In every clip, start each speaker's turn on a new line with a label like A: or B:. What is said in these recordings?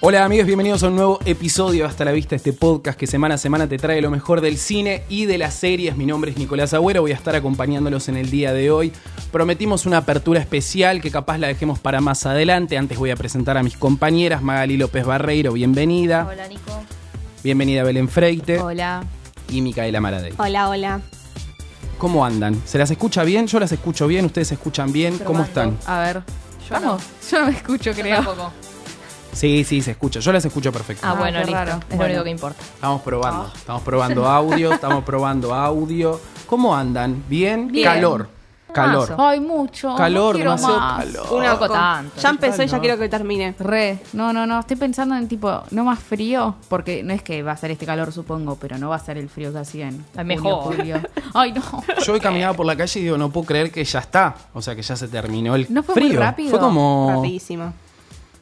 A: Hola amigos, bienvenidos a un nuevo episodio Hasta la Vista, este podcast que semana a semana te trae lo mejor del cine y de las series. Mi nombre es Nicolás Agüero, voy a estar acompañándolos en el día de hoy. Prometimos una apertura especial que capaz la dejemos para más adelante. Antes voy a presentar a mis compañeras, Magali López Barreiro, bienvenida.
B: Hola, Nico.
A: Bienvenida Belén Freite
B: Hola.
A: y Micaela Maradei.
C: Hola, hola.
A: ¿Cómo andan? ¿Se las escucha bien? Yo las escucho bien, ustedes se escuchan bien. ¿Cómo
B: Probando.
A: están?
D: A ver,
B: Yo
D: ¿vamos? Yo no me escucho,
B: Yo
D: creo.
B: tampoco.
A: Sí, sí, se escucha. Yo las escucho perfecto.
B: Ah,
D: Ah,
B: bueno,
D: qué
B: listo.
D: raro.
B: Es lo
D: Bueno.
B: único que importa.
A: Estamos probando,
D: Ah.
A: estamos probando audio, estamos probando audio. ¿Cómo andan? ¿Bien?
B: Bien.
A: Calor, calor.
B: Mazo.
D: Ay, mucho.
A: Calor,
D: no quiero
A: demasiado
D: más.
A: calor.
B: Una Tampoco tanto.
C: Ya empezó y ya quiero que termine.
D: Re, no, no, no, estoy pensando en tipo, no más frío, porque no es que va a ser este calor, supongo, pero no va a ser el frío que hacía en
B: Ay,
D: junio,
B: mejor.
D: julio. Ay, no.
A: Yo he caminado por la calle y digo, no puedo creer que ya está. O sea, que ya se terminó el
D: ¿No fue muy
A: frío.
D: rápido?
A: Fue como
C: Rapidísimo.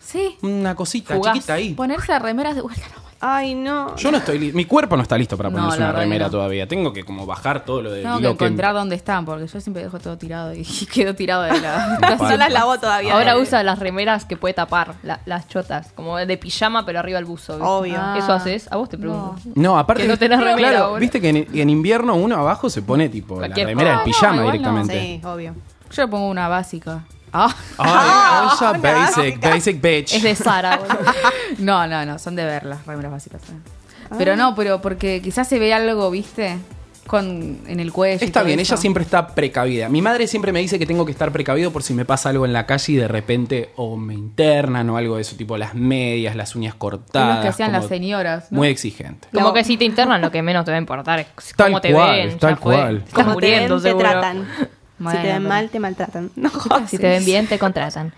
D: Sí,
A: una cosita
B: Fugaz.
A: chiquita ahí.
D: ponerse remeras de vuelta no.
C: Ay, no.
A: Yo no estoy li- mi cuerpo no está listo para
D: No,
A: ponerse
D: la
A: una
D: verdad que
A: remera
D: no.
A: todavía. Tengo que como bajar todo lo de
D: Tengo que
A: Eh, lo
D: encontrar dónde están, porque yo siempre dejo todo tirado y quedo tirado de la...
A: Para-
C: No las lavó todavía.
B: Ahora
C: Dale.
B: usa las remeras que puede tapar, la- las chotas, como de pijama, pero arriba el buzo. ¿viste?
C: Obvio.
D: Ah.
B: ¿Eso haces? A vos te pregunto.
A: No, aparte
B: Que no tenés remera
A: claro,
B: ahora.
A: viste que en, en invierno uno abajo se pone tipo la
B: Cualquier
A: remera
B: cosa.
A: del
D: Ah, No,
A: pijama
D: igual no.
A: directamente.
C: Sí, obvio.
D: Yo le pongo una básica. Ah.
A: Ay, ella basic, basic bitch.
B: Es de Sara, boludo.
D: No, no, no, son de ver las remeras básicas. eh.
B: Ah.
D: Pero no, pero porque quizás se ve algo, ¿viste? Con, en el cuello. y
A: Está
D: todo
A: bien,
D: eso.
A: ella siempre está precavida. Mi madre siempre me dice que tengo que estar precavido por si me pasa algo en la calle y de repente o me internan o algo de eso, tipo las medias, las uñas cortadas.
D: Es lo que hacían
A: como
D: las señoras, ¿no?
A: Muy exigente.
B: Como que si te internan, lo que menos te va a importar es c-
A: Tal
B: cómo te
A: cual,
B: ven. ya
A: tal
B: fue.
A: cual.
B: Estás
C: Como te ven,
B: muriendo,
C: te
B: seguro.
C: tratan. si
D: Bueno,
C: te ven
D: pero-
C: mal, te maltratan. No,
B: Si te ven bien, te contratan.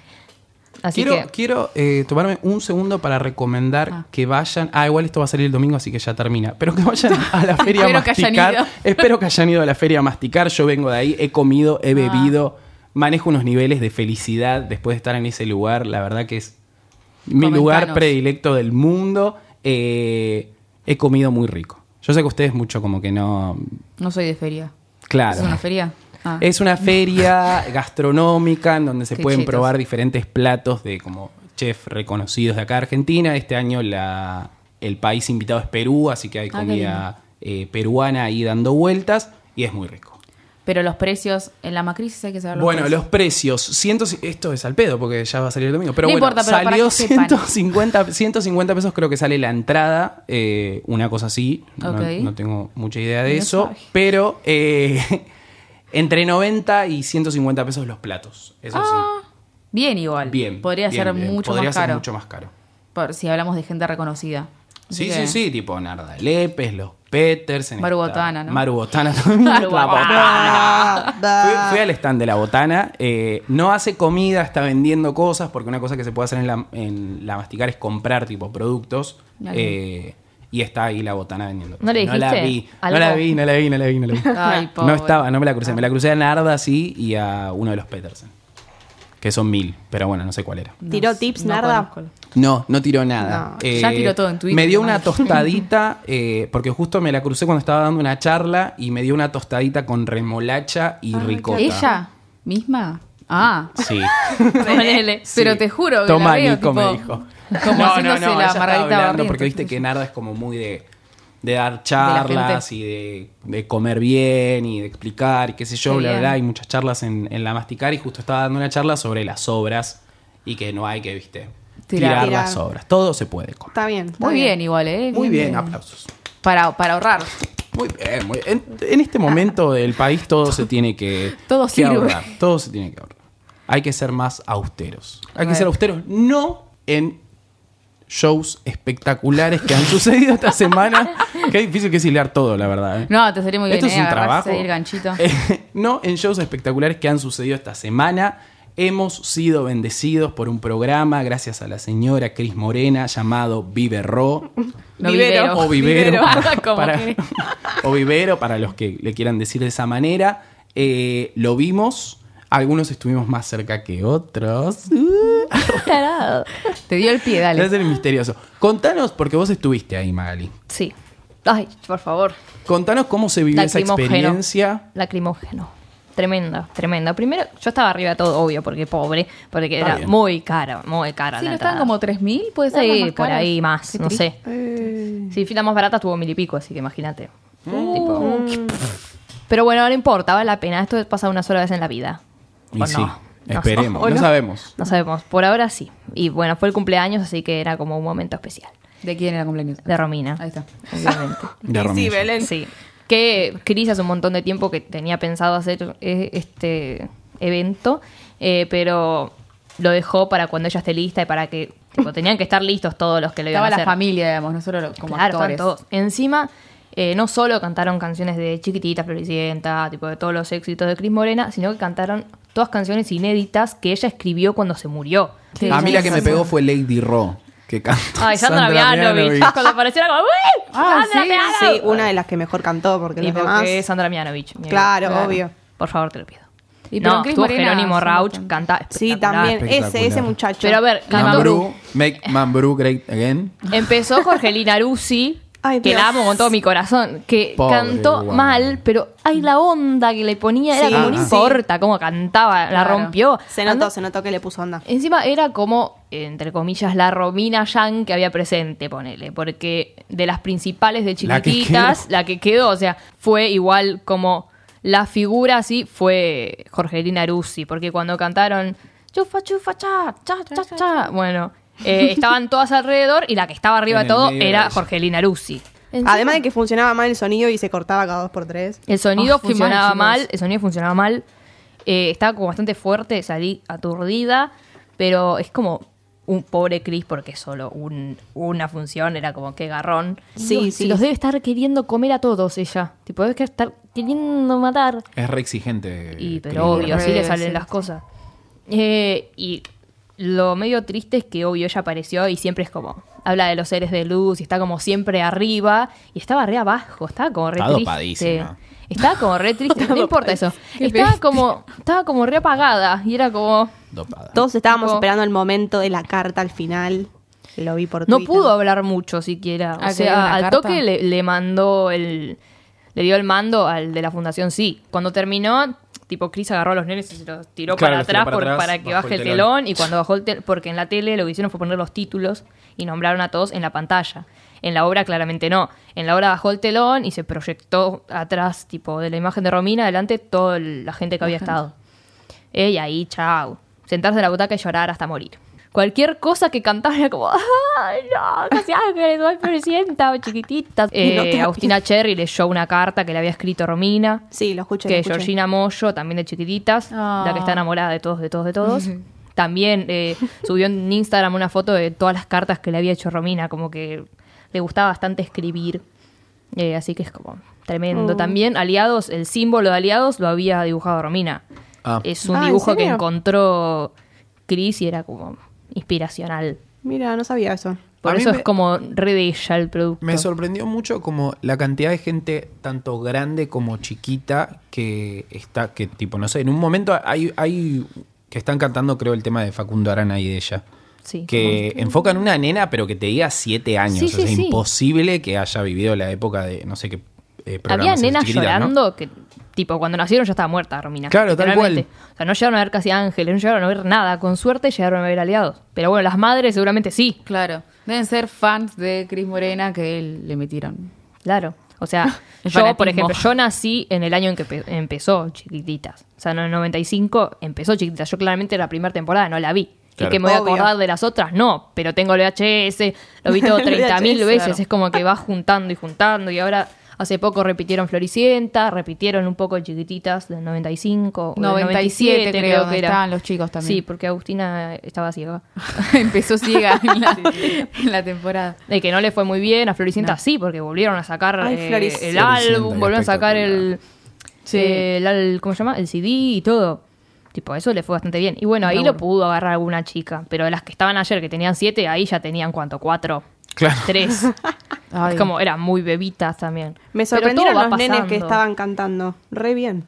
B: Así
A: quiero
B: que.
A: quiero eh, tomarme un segundo para recomendar
D: Ah.
A: que vayan. Ah, igual esto va a salir el domingo, así que ya termina. Pero que vayan a la feria a
D: Espero que hayan
A: masticar.
D: ido.
A: Espero que hayan ido a la feria a masticar. Yo vengo de ahí, he comido,
D: Ah.
A: he bebido, manejo unos niveles de felicidad después de estar en ese lugar. La verdad que es mi
D: Comentanos.
A: lugar predilecto del mundo. Eh, he comido muy rico. Yo sé que ustedes mucho como que no.
D: No soy de feria.
A: Claro.
D: ¿Es una feria? Ah.
A: Es una feria gastronómica en donde se
D: Qué
A: pueden
D: chetos.
A: probar diferentes platos de como chef reconocidos de acá de Argentina. Este año la, el país invitado es Perú, así que hay
D: Ah, qué
A: comida eh, peruana ahí dando vueltas y es muy rico.
D: Pero los precios, en la macrisis hay que saber los
A: bueno,
D: precios.
A: los precios, 100 esto es al pedo porque ya va a salir el domingo, pero
D: No
A: bueno,
D: importa, pero para
A: salió
D: que sepan.
A: 150, 150 pesos creo que sale la entrada, eh, una cosa así, No-
D: Ok.
A: no, tengo mucha idea de
D: No
A: eso,
D: sabe.
A: pero eh, entre 90 y 150 pesos los platos, eso
D: Bien igual.
A: sí, bien.
D: Ah. Podría
A: bien,
D: ser
A: bien.
D: mucho
A: Podría
D: más
A: ser
D: caro.
A: mucho más caro.
D: Por si hablamos de gente reconocida. Así
A: Sí,
D: que-
A: sí, sí, tipo Narda Lépez, los Peters.
D: Maru Botana, ¿no?
A: Maru Botana también. La
B: Maru Botana.
A: Botana. Fui, fui al stand de la Botana. eh, no hace comida, está vendiendo cosas, porque una cosa que se puede hacer en la, en la masticar es comprar, tipo, productos.
D: Ahí.
A: eh, y está ahí la Botana vendiendo.
B: ¿No le
A: No la
B: dijiste
A: vi, no
B: algo? Ah.
A: la vi, no la vi, no la vi, no la vi.
D: Ay,
A: No
D: pobre.
A: estaba, no me la crucé. Me la crucé a Narda, sí, y a uno de los Petersen. Que son mil, pero bueno, no sé cuál era.
D: No
C: ¿Tiró
D: sé,
C: tips,
D: no
C: Narda?
D: conozco.
A: No, no tiró nada. Eh,
D: No, ya tiró todo en Twitter,
A: Me dio
D: ¿no?
A: una tostadita, eh, porque justo me la crucé cuando estaba dando una charla y me dio una tostadita con remolacha y ricota.
D: Ah, ¿Ella misma? Ah.
A: Sí.
B: Ponele.
A: sí.
D: Pero te juro que
A: Toma,
D: la veo,
A: Nico,
D: tipo,
A: me dijo.
D: como haciéndose
A: ella
D: la
A: estaba
D: Margarita
A: hablando,
D: Barrientos.
A: porque viste que Narda es como muy de, de dar
D: la
A: charlas y de, de comer bien y de explicar y qué sé yo,
D: Qué
A: bla, bla,
D: bien.
A: bla. Hay muchas charlas en, en la Masticar y justo estaba dando una charla sobre las obras y que no hay que, viste, tirar,
D: Tirar.
C: Tirar.
A: las obras. Todo se puede comer.
C: Está bien. está
D: Muy bien igual, ¿eh?
A: Muy bien, aplausos.
D: Para, para ahorrar.
A: Muy bien, muy bien. En, en este momento del país todo se tiene que,
D: Todo
A: que
D: sirve.
A: ahorrar. Todo se tiene que ahorrar. Hay que ser más austeros. Hay que
D: Bueno.
A: ser austeros, no en shows espectaculares que han sucedido esta semana. Qué difícil que es hilar todo, la verdad. ¿eh?
D: No, te salió muy bien,
A: Esto es
D: ¿eh?
A: un
D: Agarrarse
A: trabajo.
D: ahí el ganchito.
A: Eh, no en shows espectaculares que han sucedido esta semana. Hemos sido bendecidos por un programa gracias a la señora Cris Morena llamado Vive Ro.
D: No
C: Vivero.
A: O vivero.
D: Vivero.
A: para-
D: Como
A: para-
D: que-
A: o vivero, para los que le quieran decir de esa manera. Eh, lo vimos. Algunos estuvimos más cerca que otros. Uh,
D: Te dio el pie, dale.
A: es el misterioso. Contanos, porque vos estuviste ahí, Magali.
B: Sí. Ay, por favor.
A: Contanos cómo se vivió esa
B: Lacrimógeno.
A: experiencia.
B: Lacrimógeno. tremenda, tremenda. Primero, yo estaba arriba de todo, obvio, porque pobre, porque
A: Está
B: era
A: bien.
B: muy cara, muy cara.
D: Sí,
B: la
D: no estaban
B: entrada.
D: como 3.000, puede ser. las
B: Sí,
D: más
B: por
D: caras.
B: ahí más,
D: Qué
B: no
D: triste.
B: sé. Sí, fila más barata estuvo mil y pico, así que imagínate.
A: Mm.
B: Tipo, Pero bueno, no importa, vale la pena. Esto pasa una sola vez en la vida.
A: Y
B: O
A: sí,
B: no, no sé.
A: esperemos. No,
C: no.
A: sabemos.
B: No sabemos, por ahora sí. Y bueno, fue el cumpleaños, así que era como un momento especial.
D: ¿De quién era el cumpleaños?
B: De Romina.
D: Ahí está.
B: Obviamente.
A: De
C: Y sí,
A: Romero.
C: Belén.
B: sí. Que Cris hace un montón de tiempo que tenía pensado hacer eh, este evento, eh, pero lo dejó para cuando ella esté lista y para que. tipo, tenían que estar listos todos los que lo iban
D: Estaba
B: a hacer.
D: la familia, digamos, no solo lo- como
B: Claro, estaban
D: actores.
B: todos. Encima, eh, no solo cantaron canciones de Chiquitita, Floricienta, tipo de todos los éxitos de Cris Morena, sino que cantaron todas canciones inéditas que ella escribió cuando se murió.
D: Sí,
A: a mí
D: sí,
A: la que
D: sí,
A: me
D: sí.
A: pegó fue Lady Ro, que canta.
B: Ay, Sandra, Mianovich. Cuando apareció era como, ¡Uy!
D: Ah,
B: ¡Sandra
D: sí,
B: Mianovich!
C: Sí, una de las que mejor cantó, porque
B: Y
C: los
B: porque
C: demás...
B: es Sandra Mianovich. mi
C: Claro,
B: amiga.
C: obvio.
B: Por favor, te lo pido.
D: Y pero
B: no,
D: Cris
B: estuvo
D: Morena
B: Jerónimo
D: hace
B: Rauch,
D: bastante.
B: canta
C: Sí,
B: espectacular.
C: también. Ese,
A: Espectacular.
C: ese muchacho.
B: Pero a ver,
A: Mambrú,
B: Mambrú.
A: make Mambrú great again.
B: Empezó Jorgelina Rusi,
C: Ay,
B: que
C: Dios.
B: la amo con todo mi corazón, que
A: Pobre
B: cantó
A: guapa.
B: mal, pero ay, la onda que le ponía,
C: Sí, Ah.
B: era como no
A: sí.
B: importa cómo cantaba, la
D: Claro.
B: rompió.
C: Se notó,
B: Andó-
C: se notó que le puso onda.
B: Encima era como, entre comillas, la Romina Yang que había presente, ponele, porque de las principales de
A: La que
B: chiquititas,
A: quedó.
B: la que quedó, o sea, fue igual como la figura así fue Jorgelina Rusi, porque cuando cantaron chufa, chufa, cha, cha, cha, cha, bueno, eh, estaban todas alrededor y la que estaba arriba
A: En
B: de
A: el
B: todo
A: medio de
B: era
A: eso.
B: Jorgelina Rusi.
C: Además de que funcionaba mal el sonido y se cortaba cada dos por tres.
B: El sonido
D: Ah, qué mal,
B: funcionaba
D: chicos.
B: mal, el sonido funcionaba mal. eh, estaba como bastante fuerte, salí aturdida, pero es como un pobre Chris porque solo un- una función era como que garrón.
C: Sí,
B: Dios,
C: sí.
B: se Los debe estar queriendo comer a todos ella. Tipo, debe estar queriendo matar.
A: Es re exigente.
B: Y, pero
A: Cris.
B: obvio, así
D: Re,
B: le salen
D: sí.
B: las cosas. Eh, y lo medio triste es que, obvio, ella apareció y siempre es como. Habla de los seres de luz y está como siempre arriba. Y estaba re abajo, estaba como re
A: Está
B: triste.
A: dopadísima.
B: Estaba como re triste, no importa eso.
D: Qué
B: Estaba
D: bestia.
B: como, estaba como re apagada y era como.
A: Dopada.
C: Todos estábamos
B: Tipo-
C: esperando el momento de la carta al final. Lo vi por
B: No
C: Twitter.
B: pudo hablar mucho siquiera.
D: Ah,
B: O
D: que le dio
B: sea,
D: una
B: al
D: carta.
B: toque le, le mandó el. Le dio el mando al de la fundación, sí. Cuando terminó, tipo, Chris agarró a los nenes y se los tiró
A: Claro,
B: para
A: los tiró
B: atrás
A: para
B: por-
A: atrás,
B: para que
A: bajó
B: baje
A: el
B: el
A: telón.
B: telón. Y cuando bajó el telón, porque en la tele lo que hicieron fue poner los títulos y nombraron a todos en la pantalla. En la obra, claramente no. En la obra bajó el telón y se proyectó atrás, tipo, de la imagen de Romina, adelante, toda la gente que había estado. Eh, y ahí, chao. Sentarse en la butaca y llorar hasta morir. Cualquier cosa que cantaba era como, ¡ay, no! ¡Casi ángeles! ¡Ay, presidenta! o chiquitita! Eh,
C: no te-
B: Agustina Cherry leyó una carta que le había escrito Romina.
C: Sí, lo escuché.
B: que
C: lo escuché.
B: Georgina Moyo, también de chiquititas,
D: Ah.
B: la que está enamorada de todos, de todos, de todos. También eh, subió en Instagram una foto de todas las cartas que le había hecho Romina, como que le gustaba bastante escribir. Eh, así que es como tremendo.
C: Oh.
B: También Aliados, el símbolo de Aliados lo había dibujado Romina.
A: Ah.
B: Es un
C: Ah, ¿en
B: dibujo que
C: serio?
B: encontró Chris y era como inspiracional.
C: Mira, no sabía eso.
B: Por
A: A mí
B: eso
A: me-
B: es como re de ella el producto.
A: Me sorprendió mucho como la cantidad de gente, tanto grande como chiquita, que está, que tipo, no sé, en un momento hay, hay que están cantando, creo, el tema de Facundo Arana y de ella.
B: Sí.
A: Que enfocan una nena, pero que te diga siete años.
B: Sí,
A: o sea,
B: sí,
A: es
B: sí.
A: imposible que haya vivido la época de, no sé qué. eh, programas
B: Había
A: en
B: nenas
A: Chiquititas, ¿no?
B: llorando que, tipo, cuando nacieron ya estaba muerta Romina.
A: Claro, tal
B: literalmente.
A: cual.
B: O sea, no llegaron a ver casi ángeles, no llegaron a ver nada. Con suerte llegaron a ver aliados. Pero bueno, las madres seguramente sí,
D: Claro. Deben ser fans de Cris Morena que él- le metieron.
B: claro. O sea,
D: El
B: yo, por
D: fanatismo.
B: ejemplo, yo nací en el año en que pe- empezó Chiquititas. O sea, en el 95 empezó Chiquititas. Yo claramente la primera temporada no la vi.
A: Claro.
B: Y que me voy a
C: Obvio.
B: acordar de las otras, no. Pero tengo el VHS, lo vi todo
C: El
B: 30.000
C: VHS,
B: veces.
D: claro.
B: Es como que va juntando y juntando. Y ahora hace poco repitieron Floricienta, repitieron un poco Chiquititas del 95. o del
D: 97
B: 97
D: creo
B: que
D: que
B: era.
D: estaban los chicos también.
B: Sí, porque Agustina estaba ciega.
D: Empezó ciega en la, en la temporada.
B: De que no le fue muy bien, a Floricienta
D: No.
B: sí, porque volvieron a sacar
C: Ay,
B: eh,
C: Floricienta.
B: el
A: Floricienta,
B: álbum,
A: qué
B: volvieron a sacar el,
D: Sí.
B: el al- ¿cómo se llama? El CD y todo. Tipo, eso le fue bastante bien. Y bueno, ahí lo pudo agarrar alguna chica, pero de las que estaban ayer, que tenían siete, ahí ya tenían cuánto, cuatro,
A: Claro.
B: tres.
D: Ay.
B: Es como eran muy bebitas también.
C: Me
B: Pero todo
C: sorprendieron
B: va
C: los nenes que
B: pasando.
C: estaban cantando. Re bien.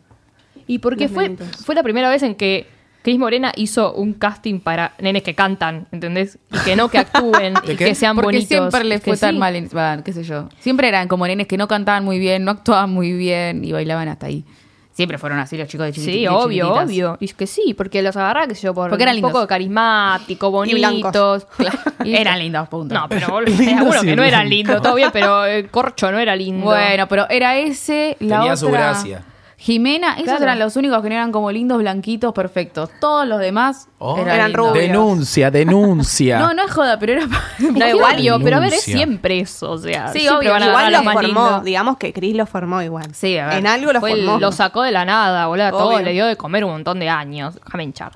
B: Y porque
C: Los
B: fue,
C: nenitos.
B: fue la primera vez en que Cris Morena hizo un casting para nenes que cantan, ¿entendés? Y que no que actúen
A: ¿De
B: y
A: qué?
B: que sean
D: Porque
B: bonitos.
D: siempre les
B: Es que
D: fue tan
B: sí.
D: mal, en- va, qué sé yo. Siempre eran como nenes que no cantaban muy bien, no actuaban muy bien y bailaban hasta ahí. Siempre fueron así los chicos de chiquititos.
B: Sí, obvio, obvio. Y es que sí, porque los agarraba, que yo, por
D: Porque eran
B: un
D: lindos.
B: poco carismático,
C: Y blancos.
B: bonitos. Y-
D: Eran lindos, punto.
B: No, pero bol-
A: Lindos
B: seguro
A: y
B: que no eran
A: blancos.
B: lindos, todo bien, pero el corcho no era lindo.
D: Bueno, pero era ese, la
A: Tenía
D: otra.
A: su gracia.
D: Jimena, esos
B: Claro.
D: eran los únicos que no eran como lindos, blanquitos, perfectos. Todos los demás
A: Oh.
D: eran,
C: Eran
D: lindos.
C: rubios.
A: Denuncia, denuncia.
D: No, no es joda, pero era
B: da igual, digo, pero a ver, es
A: Denuncia.
B: siempre eso, o sea.
D: Sí,
B: siempre
D: obvio,
B: van a
D: igual
B: agarrar
D: lo
B: más
C: formó.
B: lindo.
C: Digamos que Chris lo formó igual.
D: Sí, a ver.
C: En algo lo
B: Fue el-
C: formó.
B: lo sacó de la nada, boludo. a Todo
D: Obvio.
B: le dio de comer un montón de años. Déjame hinchar.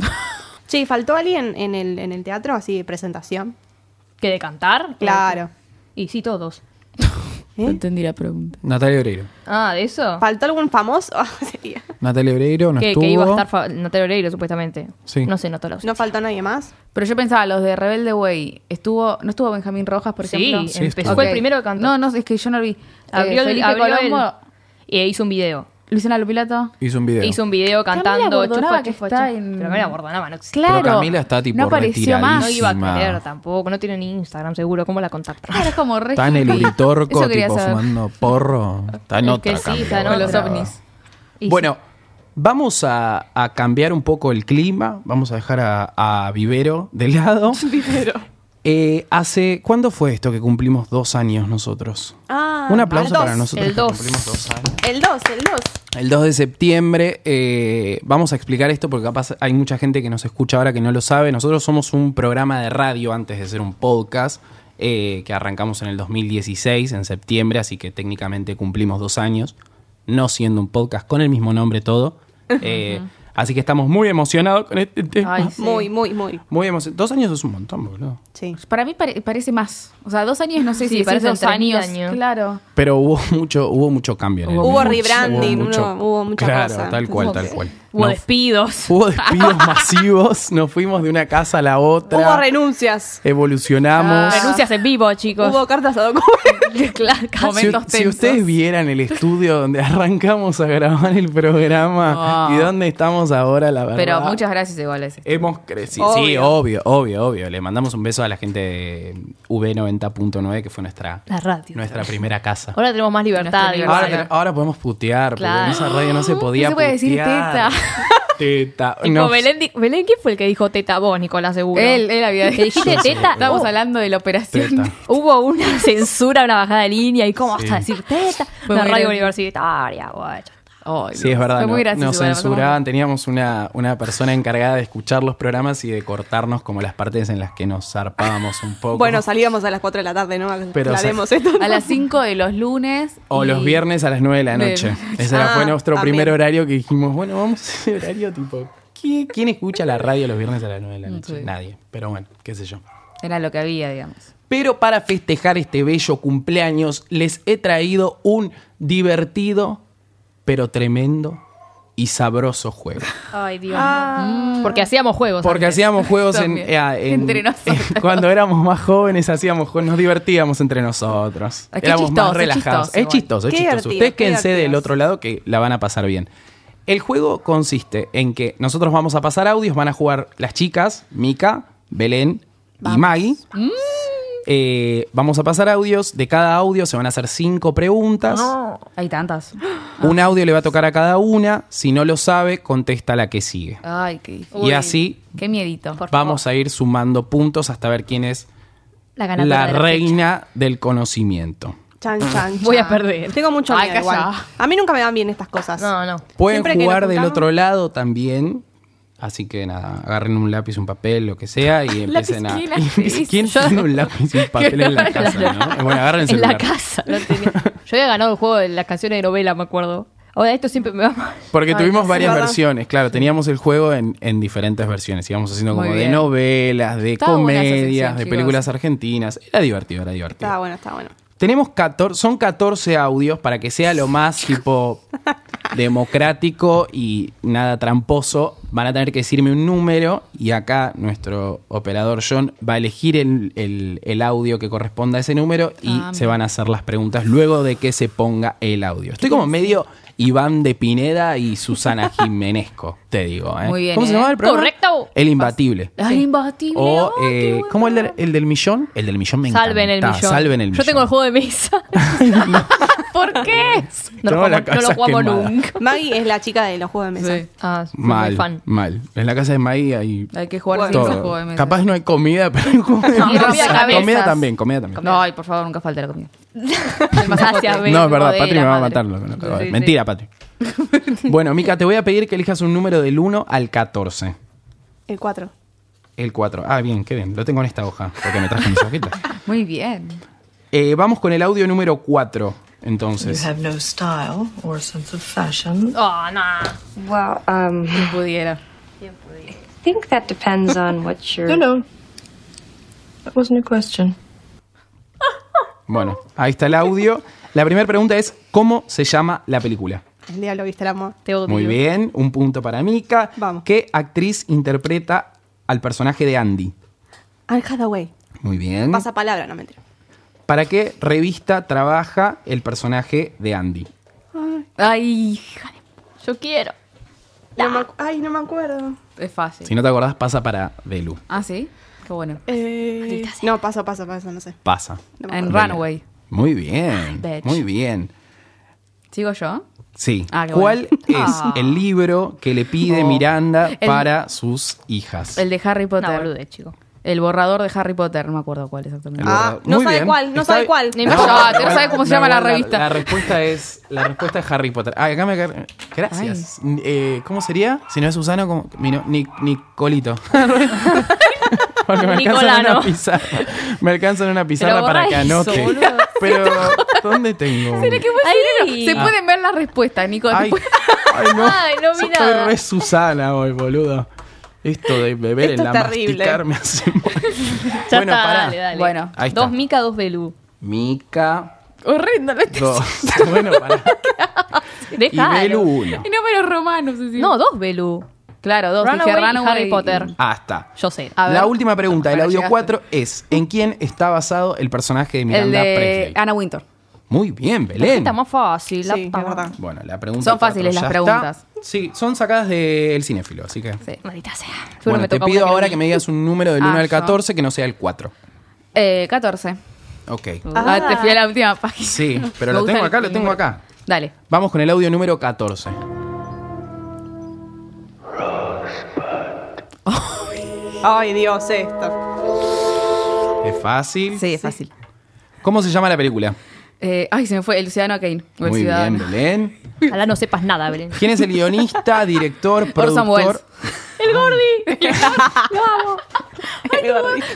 C: Sí, faltó alguien en el, en el teatro así de presentación.
B: ¿Que de cantar?
C: Claro.
B: Y sí, todos.
D: No
C: ¿Eh?
D: entendí la pregunta.
A: Natalia Oreiro.
B: Ah, ¿de eso?
C: ¿Faltó algún famoso? Sería.
A: Natalia Oreiro no
B: que,
A: estuvo.
B: que iba a estar fa- Natalia Oreiro, supuestamente.
A: Sí.
B: No sé, no te lo sé.
C: ¿No faltó nadie más?
D: Pero yo pensaba, los de Rebelde Way, ¿estuvo, ¿no estuvo Benjamín Rojas, por
B: Sí,
D: ejemplo?
A: Sí,
B: empezó.
A: estuvo.
B: Fue el
D: Ok.
B: primero que cantó.
D: No, no, es que yo no lo vi. Eh,
B: abrió, el-
D: Felipe
B: abrió
D: Colombo,
B: el- y hizo un video.
D: Luciana Lopilato.
A: Hizo un video.
B: Hizo un video
D: Camila
B: cantando
D: Bordonaba
B: chufa,
D: que
B: chufa,
D: está
B: chufa.
D: en-
B: Pero Camila Bordonaba no existe.
D: Claro.
A: Camila está, tipo,
D: no apareció
A: retiradísima.
D: más.
B: No iba a
A: Clarísima.
B: querer tampoco, no tiene ni Instagram seguro, ¿cómo la contactan?
D: Claro, es Ah, como re
A: Está en el
D: hippie.
A: Uritorco,
D: Eso quería
A: tipo,
D: saber.
A: fumando porro. Está en
B: Es
A: otra
B: que sí,
A: Camila
B: está en
A: Oreiro.
D: Con los otra. ovnis.
B: Y
A: Bueno, vamos a, a cambiar un poco el clima. Vamos a dejar a, a Vivero de lado. Vivero. hace, ¿Cuándo fue esto que cumplimos dos años nosotros?
C: Ah,
A: Un aplauso
C: al
A: para
C: dos.
A: nosotros.
B: El
A: que
B: dos.
A: cumplimos dos años.
C: El 2, el 2.
A: El 2 de septiembre, eh, vamos a explicar esto porque capaz hay mucha gente que nos escucha ahora que no lo sabe. Nosotros somos un programa de radio antes de ser un podcast eh, que arrancamos en el 2016, en septiembre, así que técnicamente cumplimos dos años, no siendo un podcast con el mismo nombre todo. Eh, así que estamos muy emocionados con este tema.
D: Ay, sí.
C: Muy, muy, muy.
A: Muy emocionados. Dos años es un montón, boludo.
C: Sí.
D: Para mí pare- parece más. O sea, dos años, no sé
B: Sí,
D: si parece
B: parecen
D: dos
B: 3.000
D: años.
B: años.
D: Claro.
A: Pero hubo mucho, hubo mucho cambio. en el
C: Hubo
A: mundo.
C: rebranding, hubo- hubo mucha
A: Claro,
C: cosa.
A: tal cual,
D: Hubo-
A: tal cual.
B: Hubo
A: No-
B: despidos.
A: Hubo despidos masivos, nos fuimos de una casa a la otra.
C: Hubo renuncias.
A: Evolucionamos.
B: Renuncias en vivo, chicos.
C: Hubo cartas a documentos.
B: Claro,
A: Si- si, ustedes vieran el estudio donde arrancamos a grabar el programa
D: Wow.
A: y dónde estamos ahora, la verdad.
D: Pero muchas gracias igual a ese.
A: Hemos crecido. Sí, obvio, obvio, obvio. Le mandamos un beso a la gente de V90.9, que fue nuestra,
B: La radio.
A: nuestra primera casa.
B: Ahora tenemos más libertad.
D: Nuestra
B: igual.
A: Ahora,
D: libertad.
A: te- ahora podemos putear,
B: Claro.
A: porque en esa radio no se podía
D: No se puede decir
A: putear. Teta.
B: Tipo,
A: No.
B: Belén, di- Belén, ¿quién fue el que dijo teta vos, Nicolás, seguro?
D: Él, él había
B: ¿Te dijiste teta?
D: Estamos
B: Oh.
D: hablando de la operación.
A: Teta.
B: Hubo una censura, una bajada de línea y cómo vas a decir teta.
D: Fue
B: Una radio
D: muy grande.
B: universitaria, guacho.
D: Ay,
A: Sí,
D: no.
A: es verdad.
D: Fue
A: no-
D: muy gracioso.
A: nos
D: la pasamos
A: censuraban. Teníamos una, una persona encargada de escuchar los programas y de cortarnos como las partes en las que nos zarpábamos un poco.
C: Bueno, salíamos a las 4 de la tarde, ¿no?
A: Pero,
C: Aclaremos
A: o sea-
C: esto.
D: bien. A las 5 de los lunes.
A: o
D: y-
A: los viernes a las 9 de la
D: De-
A: noche. Ese era- fue
C: Ah,
A: nuestro
C: también.
A: primer horario que dijimos, bueno, vamos a ese horario tipo... ¿qué- ¿Quién escucha la radio los viernes a las 9 de la noche?
D: Mm, Sí.
A: Nadie. Pero bueno, qué sé yo.
D: Era lo que había, digamos.
A: Pero para festejar este bello cumpleaños, les he traído un divertido, pero tremendo y sabroso juego.
B: Ay, Dios. Porque hacíamos juegos.
A: Porque
B: antes.
A: hacíamos juegos en,
D: También.
A: eh, ah, en-
D: Entre nosotros.
A: en- cuando éramos más jóvenes hacíamos juegos, nos divertíamos entre nosotros.
D: Ah, qué
A: éramos
D: chistoso,
A: más
D: es
A: relajados.
D: chistoso
A: Es
D: igual.
A: chistoso, es
C: Qué
A: chistoso.
C: divertido,
A: Ustedes
C: qué
A: quédense del
C: divertido.
A: otro lado que la van a pasar bien. El juego consiste en que nosotros vamos a pasar audios, van a jugar las chicas, Mika, Belén y Maggie.
D: Mm.
A: Eh, vamos a pasar audios, de cada audio se van a hacer cinco preguntas.
D: Hay tantas.
A: Un audio le va a tocar a cada una, si no lo sabe, contesta la que sigue.
D: Ay, qué.
A: Y así
D: Qué miedito.
A: vamos a ir sumando puntos hasta ver quién es
B: La
A: la,
B: ganadora de la
A: reina del conocimiento.
C: Chan, chan, chan.
B: Voy a perder.
C: Tengo mucho
D: Ay,
C: miedo igual.
D: calla.
C: A mí nunca me dan bien estas cosas.
B: fecha. No, no.
A: Pueden
C: Siempre que nos
A: jugar del
C: juntamos-
A: otro lado también. Así que nada, agarren un lápiz, un papel, lo que sea y empiecen a.
D: ¿qué lápiz?
A: ¿Quién tiene un lápiz y un papel en la casa? ¿no? Bueno, agarren el
B: en la
A: celular.
B: casa. lo tenía. Yo había ganado el juego de las canciones de novela, me acuerdo. Ahora esto siempre me va mal.
A: Porque
D: Ay,
A: tuvimos
D: sí,
A: varias
C: ¿verdad?
A: versiones, claro, teníamos el juego en, en diferentes versiones. Íbamos haciendo
D: Muy
A: como de
D: bien.
A: novelas, de
D: Estaba buena esa
A: comedias,
D: sección,
A: de
D: chicos.
A: películas argentinas. Era divertido, era divertido.
C: Está bueno, está bueno.
A: Tenemos 14, son 14 audios para que sea lo más tipo democrático y nada tramposo. Van a tener que decirme un número y acá nuestro operador John va a elegir el, el- el audio que corresponda a ese número y
D: Ah,
A: se van a hacer las preguntas luego de que se ponga el audio. Estoy como medio Iván de Pineda y Susana Jiménezco, te digo. ¿eh?
D: Muy bien,
A: ¿Cómo se
D: ¿eh?
A: llama el programa?
B: Correcto.
A: El Imbatible.
D: Ay, imbatible.
A: O,
D: Oh. ay, qué
A: eh,
D: bueno.
A: ¿cómo el, del- el del millón? El del millón me encanta.
B: Salven el millón.
A: Salven el millón.
B: Yo tengo el juego de mesa.
D: ¿Por qué?
B: No,
A: Toda la
B: lo, jugamos, no lo
A: casa
B: jugamos
A: quemada.
B: nunca.
C: Maggie es la chica de los juegos de mesa.
D: Sí.
B: Ah, soy muy
A: Mal,
B: fan.
A: mal. En la casa de Maggie hay
D: Hay que jugar siempre
A: todo.
D: al juego de mesa.
A: Capaz no hay comida, pero hay juego de
D: No,
A: mesa.
D: rompe cabezas.
A: Comida también, comida también.
D: No, ay, por favor, nunca falta la comida.
B: Gracias, Ben,
A: No, es verdad,
B: modera,
A: Patri me va a
B: madre.
A: matar. loco, no te va a-
B: Sí, sí.
A: Mentira, Patri. bueno, Mica, te voy a pedir que elijas un número del 1 al 14.
C: El 4.
A: El 4. Ah, bien, qué bien. Lo tengo en esta hoja, porque me traje mis hojitas.
D: Muy bien.
A: Eh, vamos con el audio número 4, entonces.
E: You have no style or sense of fashion.
B: Oh, no.
F: Well, um,
D: Quien pudiera.
F: I think that depends on what
E: No,
F: you're.
E: no. That wasn't a question.
A: Bueno, ahí está el audio. La primera pregunta es, ¿cómo se llama la película?
C: El diablo viste el amor.
B: Te odio.
A: Muy bien, un punto para Mika.
C: Vamos.
A: ¿Qué actriz interpreta al personaje de Andy?
C: Anne Hathaway.
A: Muy bien.
C: Pasa palabra, no mentira.
A: ¿Para qué revista trabaja el personaje de Andy?
D: Ay, hija de-
B: Yo quiero.
C: No me acu- Ay, no me acuerdo.
D: es fácil.
A: Si no te acordás, pasa para Delu.
D: Ah, sí. Qué bueno.
C: Eh, no, paso, paso, paso, no sé.
A: Pasa.
C: No me
D: En
A: Delu.
D: Runway.
A: Muy bien.
D: Ah, bitch.
A: Muy bien.
D: ¿Sigo yo?
A: Sí.
D: Ah, qué
A: ¿Cuál
D: bueno.
A: es
D: Ah.
A: el libro que le pide
D: Oh.
A: Miranda
D: El-
A: para sus hijas?
D: El de Harry Potter.
B: No, bolude, chico.
D: El borrador de Harry Potter, no me acuerdo cuál
A: El
D: exactamente.
C: Ah,
A: borrador.
C: no
A: Muy
C: sabe
A: bien.
C: cuál, no
A: Está
C: sabe
A: bien.
C: cuál.
D: No importa, no sabe cómo se llama la revista.
A: La, respuesta es la respuesta es Harry Potter. Ah, acá me car- Gracias. Eh, ¿Cómo sería? Si no es Susano, ¿cómo? Mi no- Nic- Nicolito. Porque me alcanzan
B: Nicolano.
A: una pizarra. Me alcanzan una pizarra
B: Pero
A: para que
B: borra eso,
A: anote.
B: boludo.
A: Pero, ¿dónde tengo?
B: Ahí.
D: Se pueden ver las respuestas, Nico.
A: Ah. Ay,
D: después-
A: ay, no.
B: Ay, no vi
A: Estoy
B: nada.
A: re Susana hoy, boludo. Esto de beber
C: Esto
A: en la
C: es terrible.
A: masticar me hace mal.
B: Ya
A: bueno,
B: está,
A: pará.
B: dale, dale.
D: Bueno,
A: ahí está.
B: dos Mica, dos Belú.
A: Mica
D: Horrendo, lo estoy-
A: 2. bueno, pará. Y Belu
B: Dejalo.
A: 1.
D: Y números romanos, Cecilia.
B: No, dos Belú.
D: claro, dos.
B: Runaway
D: dije
B: y
D: Runaway
B: Harry Potter.
A: Hasta.
B: Yo sé.
D: A ver.
A: Ah, La última pregunta del
D: Ahora
A: audio
D: llegaste.
A: 4 es: ¿en quién está basado el personaje de
D: El
A: Miranda
D: de
A: Presley?
D: Ana Winter.
A: Muy bien,
B: La
A: Belén.
B: gente más fácil, la
C: Sí,
B: puta
C: es verdad.
B: madre.
A: Bueno, la pregunta.
D: Son
A: cuatro
D: fáciles las
A: ya
D: preguntas.
A: está. Sí, son sacadas del cinéfilo, así que.
D: Sí.
B: Maldita sea. Seguro
A: Bueno,
B: me
A: te
B: toca
A: pido
B: una
A: ahora
B: no
A: que me digas un número del 1
D: Ah,
A: al
D: yo.
A: 14 que no sea el 4.
D: Eh, 14.
A: Ok.
D: Ah, te fui a la última página.
A: Sí, pero
D: Me
A: lo
D: gusta
A: tengo
D: el
A: acá, lo tengo
D: número.
A: acá.
D: Dale.
A: Vamos con el audio número 14.
C: Ay, Dios, esto.
A: Es fácil.
D: Sí, es fácil.
A: ¿Cómo se llama la película?
D: Eh, ay, se me fue. El Ciudadano Kane. O el
A: Muy bien,
D: Ciudadano.
A: Belén.
B: elegir. Ojalá no sepas nada, Belén.
A: ¿Quién es el guionista, director,
D: Orson Welles.
A: productor?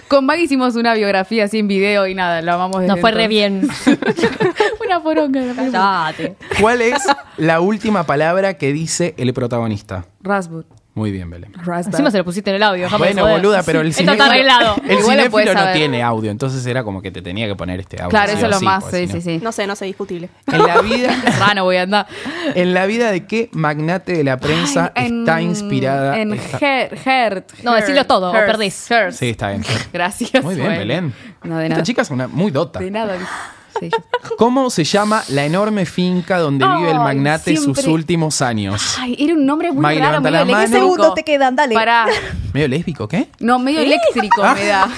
D: Con Mag hicimos una biografía sin video y nada, lo amamos desde
B: Nos fue re
D: entonces.
B: bien.
D: una poronga. la película.
B: Cállate.
A: ¿Cuál es la última palabra que dice el protagonista?
D: Rasbut.
A: Muy bien, Belén.
D: Rasbut.
B: Encima se lo pusiste en el audio. déjame
A: Bueno,
B: joder.
A: boluda, pero el
B: Esto está
A: cinéfilo-
B: arreglado.
A: El
D: Igual lo
A: cinéfilo
D: puedes
A: no
D: saber.
A: tiene audio, entonces era como que te tenía que poner este audio.
D: Claro,
A: sí
D: eso
A: o
D: es lo
A: sí,
D: más.
A: porque
D: Sí,
A: si
D: sí,
A: no-
D: sí.
C: No sé, no sé, discutible.
A: En la vida,
D: Rano voy a andar.
A: en la vida de qué magnate de la prensa
D: Ay,
A: está inspirada.
D: En
A: esta-
D: Her- Hert.
B: No,
D: Hers,
B: decilo todo, o
D: Hers,
B: perdés.
D: Hers.
A: Sí, está bien.
D: Gracias.
A: Muy bien,
D: bueno.
A: Belén.
D: No, de
A: Esta
D: nada.
A: chica es una muy dota.
D: De nada. Sí,
A: ¿Cómo se llama la enorme finca donde vive el
D: Ay,
A: magnate sus
D: siempre-
A: últicos años?
D: Ay, era un nombre muy
A: Maggie,
D: raro,
A: levanta
D: medio
A: la mano.
D: eléctrico.
A: ¿Qué
G: segundos te quedan? Dale.
D: Pará.
A: ¿Medio lésbico, qué?
D: No, medio eléctrico me da.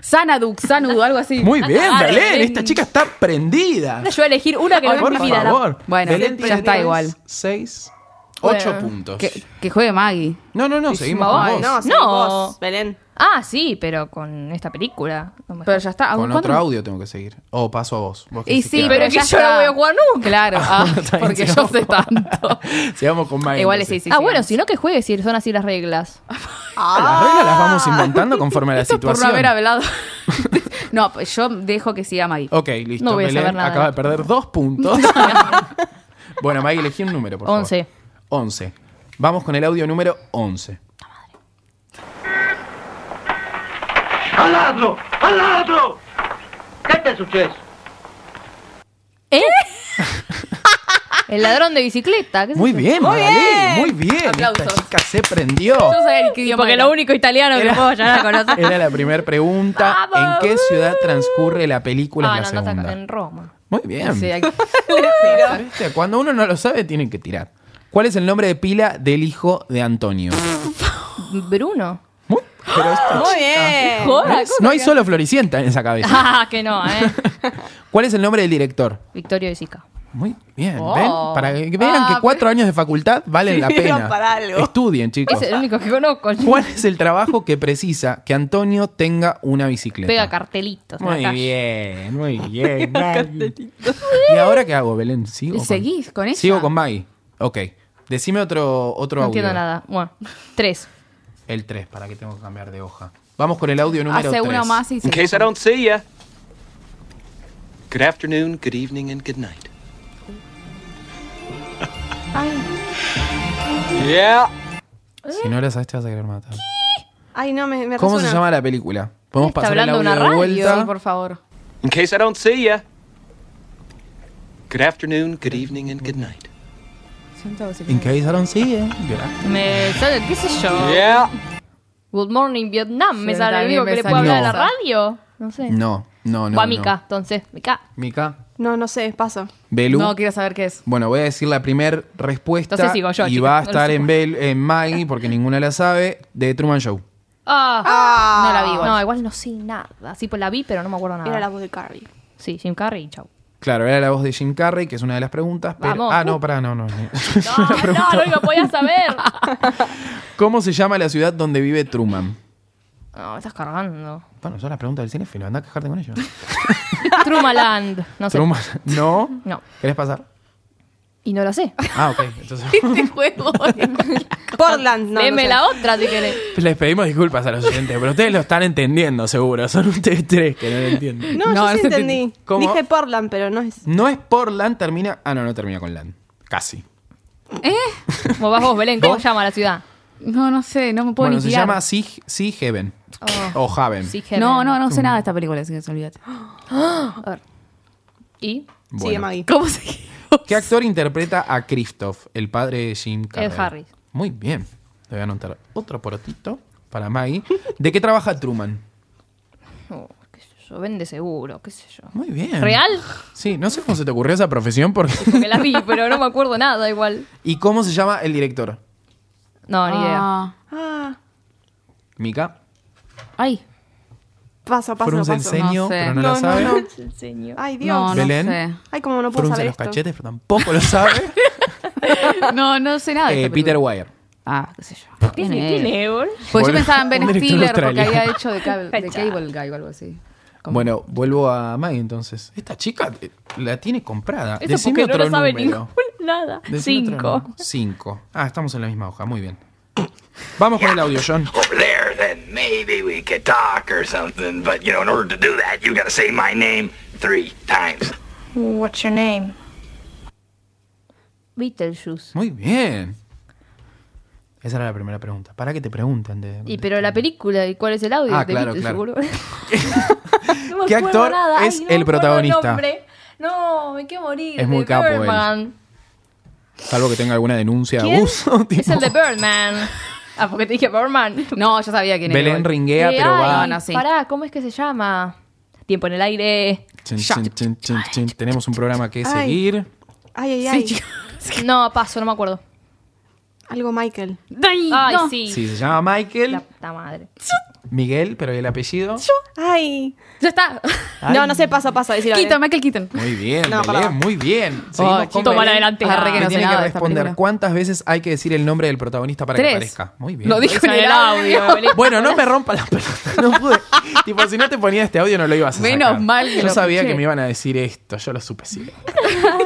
D: Sanaduk, Sanudu, algo así.
A: Muy bien,
D: Ah,
A: Belén.
D: Belén.
A: Esta chica está prendida.
B: Yo voy a elegir una que no
A: Ay,
B: es mi
A: por
B: vida. la-
A: favor.
D: Bueno,
A: Belén
D: ya está igual.
A: 6, 8
D: Bueno,
A: puntos.
D: Que, que juegue Maggie.
A: No, no, no, seguimos con
D: Ay,
A: vos.
C: No, sí,
B: No.
C: vos, Belén.
B: Ah, sí, pero con esta película. No me
D: Pero ya está.
A: Con
D: ¿cuánto?
A: otro audio tengo que seguir. O paso a vos. Vos que
D: Y
A: se
D: sí,
A: queda.
D: pero
B: Pero que
D: ya
B: yo no
D: está.
B: voy a jugar nunca.
D: Claro, ah,
A: Está bien,
D: porque yo
A: sigamos.
D: sé tanto.
A: Sigamos con Maggie.
D: Igual es
A: entonces.
D: sí, sí.
B: ah, bueno, si no que juegue si son así las reglas.
A: Las reglas las vamos inventando conforme a la
D: Esto Ah. por no
A: situación.
D: haber hablado. no, pues yo dejo que siga Maggie.
A: ok, listo.
B: No voy a
A: Belén
B: saber nada.
A: acaba de perder dos puntos. bueno, Maggie, elegí un número, por favor.
B: Once.
A: 11. Vamos con el audio número 11.
H: ¡Al ladro! ¡Al ladro! ¿Qué te sucede?
B: ¿Eh? El ladrón de bicicleta. ¿qué sé
A: Muy
B: yo?
A: bien, Magdalena, muy bien.
D: Aplausos.
A: Esta chica se prendió.
D: No sabía ni qué
B: Y
D: idioma
B: porque
D: era.
B: lo único italiano que puedo llegar a conocer.
A: Era la primera pregunta. ¿En
B: ¡Vamos!
A: qué ciudad transcurre la película
B: Ah,
A: en
B: no,
A: la
B: no, está
A: segunda? Em.
B: en Roma.
A: Muy bien.
D: Sí, aquí-
A: ¿Viste? Cuando uno no lo sabe, tienen que tirar. ¿Cuál es el nombre de pila del hijo de Antonio?
B: Bruno.
A: Muy Pero esto-
C: Muy bien.
B: Joda,
A: no
B: cosa
A: hay
B: que-
A: solo Floricienta en esa cabeza.
B: Ah, que no, ¿eh?
A: ¿Cuál es el nombre del director?
B: Victorio de Sica.
A: Muy bien,
D: Oh.
A: ¿ven? Para que vean
D: Ah,
A: que cuatro años de facultad valen la
C: Sirvieron
A: pena.
C: para algo.
A: Estudien, chicos.
B: Es el único que conozco. yo.
A: ¿Cuál es el trabajo que precisa que Antonio tenga una bicicleta?
B: Pega cartelitos. en la
A: Muy
B: calle.
A: bien, muy bien. Maggie. ¿Y ahora qué hago, Belén? ¿Sigo
D: ¿Y
A: con-
D: seguís con ella?
A: Sigo con Maggie. Ok. Decime otro, otro
B: No
A: audio.
B: entiendo nada. Bueno, tres.
A: El 3, para que tengo que cambiar de hoja. Vamos con el
B: Ah,
A: audio número 3.
D: Hace uno más y
G: In
D: se...
G: case I don't see ya. Good afternoon, good evening, and good night. yeah.
A: Si no la sabes, te vas a querer matar.
C: Ay, no, me, me
A: ¿Cómo se
C: resuena.
A: llama la película? Podemos
B: Está
A: pasar el
B: hablando
A: audio
B: una
A: de
B: radio, eh,
A: vuelta.
D: Sí, por favor.
G: In case I don't see ya. Good afternoon, good evening, and good night.
D: Siento que se-
A: In case I don't see it. Gracias.
B: Me sale, qué sé yo.
G: Yeah.
B: Good Morning Vietnam. me
D: Sí,
B: sale el
D: también
B: único
D: me
B: que le
D: sale
B: puedo hablar en
A: esa.
B: la radio. No sé.
A: No, no, no.
B: o a
A: no.
B: Mika, entonces. Mika.
A: Mica.
C: No, no sé, paso.
A: Belu.
D: No, quiero saber qué es.
A: Bueno, voy a decir la primera respuesta.
B: Entonces sigo yo,
A: y
B: chicos,
A: va a
B: no lo
A: estar
B: supe.
A: en, Bel, en Maggie, porque ninguna la sabe, de Truman Show.
B: Ah,
D: no la vi igual.
B: No, igual no sé nada. Sí, pues la vi, pero no me acuerdo nada.
C: Era la voz de Carrie.
B: Sí, Jim Carrey, chau.
A: Claro, era la voz de Jim Carrey, que es una de las preguntas. pero-
B: Vamos.
A: Ah, no, pará, no, no.
B: No, no, no lo podía saber.
A: ¿Cómo se llama la ciudad donde vive Truman?
B: No, me estás cargando.
A: Bueno, son las preguntas del cinefilo, anda a quejarte con ellos.
B: Trumaland. No sé.
A: Truman, ¿no?
B: No.
A: ¿Querés pasar?
B: Y no lo sé.
A: Ah, ok. Entonces,
D: Este juego.
C: Portland, no. no
B: Deme
C: sé.
B: la otra si querés.
A: les pedimos disculpas a los oyentes, pero ustedes lo están entendiendo, seguro. Son ustedes tres que no lo entienden.
C: No,
D: No,
C: yo sí
D: no
C: entendí.
A: ¿Cómo?
C: Dije Portland, pero no es.
A: No es por Land, termina. Ah, no, no termina con Land. Casi.
B: Vos vas vos, Belén, ¿cómo se llama la ciudad?
A: Mm.
D: No, no sé, no me puedo
A: bueno,
D: ni
A: se
D: tirar.
A: llama Sea, Sea Heaven.
C: Oh.
A: O Haven.
B: Sí,
D: No, no, no sé nada de esta película, así que olvídate.
B: Y
A: Bueno.
C: Sigue Maggie.
D: ¿Cómo se
A: ¿Qué actor interpreta a Christoph, el padre de Jim Carrey?
B: Harris.
A: Muy bien. Le voy a anotar otro porotito para Maggie. ¿De qué trabaja Truman?
B: Oh, qué sé yo, vende seguro, qué sé yo.
A: Muy bien.
B: ¿Real?
A: Sí, no sé cómo se te ocurrió esa profesión porque...
B: Porque la vi, pero no me acuerdo nada igual.
A: ¿Y cómo se llama el director?
B: No, ni idea.
D: Ah.
C: Ah,
A: Mica.
D: Ay,
C: paso, paso,
A: Fueron un
C: paso.
A: enseño,
D: No sé.
A: pero no,
C: No,
A: la
C: no,
A: sabe.
C: no. Ay, Dios.
D: no, no
A: Belén.
D: sé.
C: Ay, como no puedo
A: Frunce
C: saber
A: los
C: esto.
A: cachetes, pero tampoco lo sabe.
D: No, no sé nada. de
A: Eh,
D: esta
A: Peter
D: película.
A: Wire.
D: Ah, qué sé yo.
B: ¿Qué
D: Bien, eh.
B: tiene, bol?
D: Pues yo
A: Bueno,
D: pensaba en Ben
A: un director
D: Stiller porque
A: australiano.
D: había hecho de, cable, de Cable Guy o algo así. Como-
A: Bueno, vuelvo a Maggie entonces. Esta chica eh, la tiene comprada.
B: Eso
A: Decime
B: porque
A: otro
B: no lo sabe
A: número.
B: ningún nada.
A: Decime otro
B: Cinco.
A: número. Cinco. Ah, estamos en la misma hoja. Muy bien. Vamos con el audio, John.
I: over there, then maybe we could talk or something. But you know, in order to do that, you gotta say my name three times.
E: What's your name?
B: Beetlejuice.
A: Muy bien. Esa era la primera pregunta. ¿Para qué te preguntan? De,
B: Y pero la película, ¿y cuál es el audio?
A: Ah,
B: de
A: claro,
B: Beatles,
A: claro.
B: seguro. No me
A: ¿Qué
B: acuerdo
A: actor
B: nada. Ay,
A: es
B: no
A: el
B: me acuerdo
A: protagonista?
B: nombre. No, me quiero morir.
A: Es muy
B: de
A: capo él.
B: Birdman.
A: Salvo que tenga alguna denuncia de abuso.
B: Es
A: tipo-
B: el de Birdman. Ah, porque te dije Birdman.
D: No, yo sabía quién era.
A: Belén
D: igual.
A: ringuea,
B: Eh,
A: pero va.
B: ay,
D: No, sí.
B: Pará, ¿cómo es que se llama? Tiempo en el aire.
A: Chin, chin, chin, chin, chin. Tenemos un programa que
C: Ay.
A: seguir.
C: Ay, ay,
D: Sí,
C: ay.
D: chica.
B: No, paso, no me acuerdo.
C: Algo Michael.
D: Ay,
B: Ay,
D: no.
B: sí.
A: Sí, se llama Michael.
B: La puta madre.
A: Miguel, pero ¿y el apellido.
C: Ay.
D: Ya está.
C: No, no sé, paso, paso. Decirlo,
D: Keaton, Michael Keaton.
A: Muy bien,
C: No,
A: Belén,
C: pará.
A: muy bien. Seguimos
D: Ay,
A: con
D: toma
A: Belén,
B: la delantera.
A: que
D: Arre que no sé
A: tiene que
D: nada de esta
A: responder
D: película.
A: cuántas veces hay que decir el nombre del protagonista para que
D: Tres.
A: aparezca. Muy bien.
D: Lo dijo en el audio.
A: Bueno, no me rompa la pelota. No pude. tipo, si no te ponía este audio, no lo ibas a
D: Menos
A: sacar.
D: mal que
A: Yo
D: lo
A: sabía
D: escuché.
A: que me iban a decir esto. Yo lo supe siempre.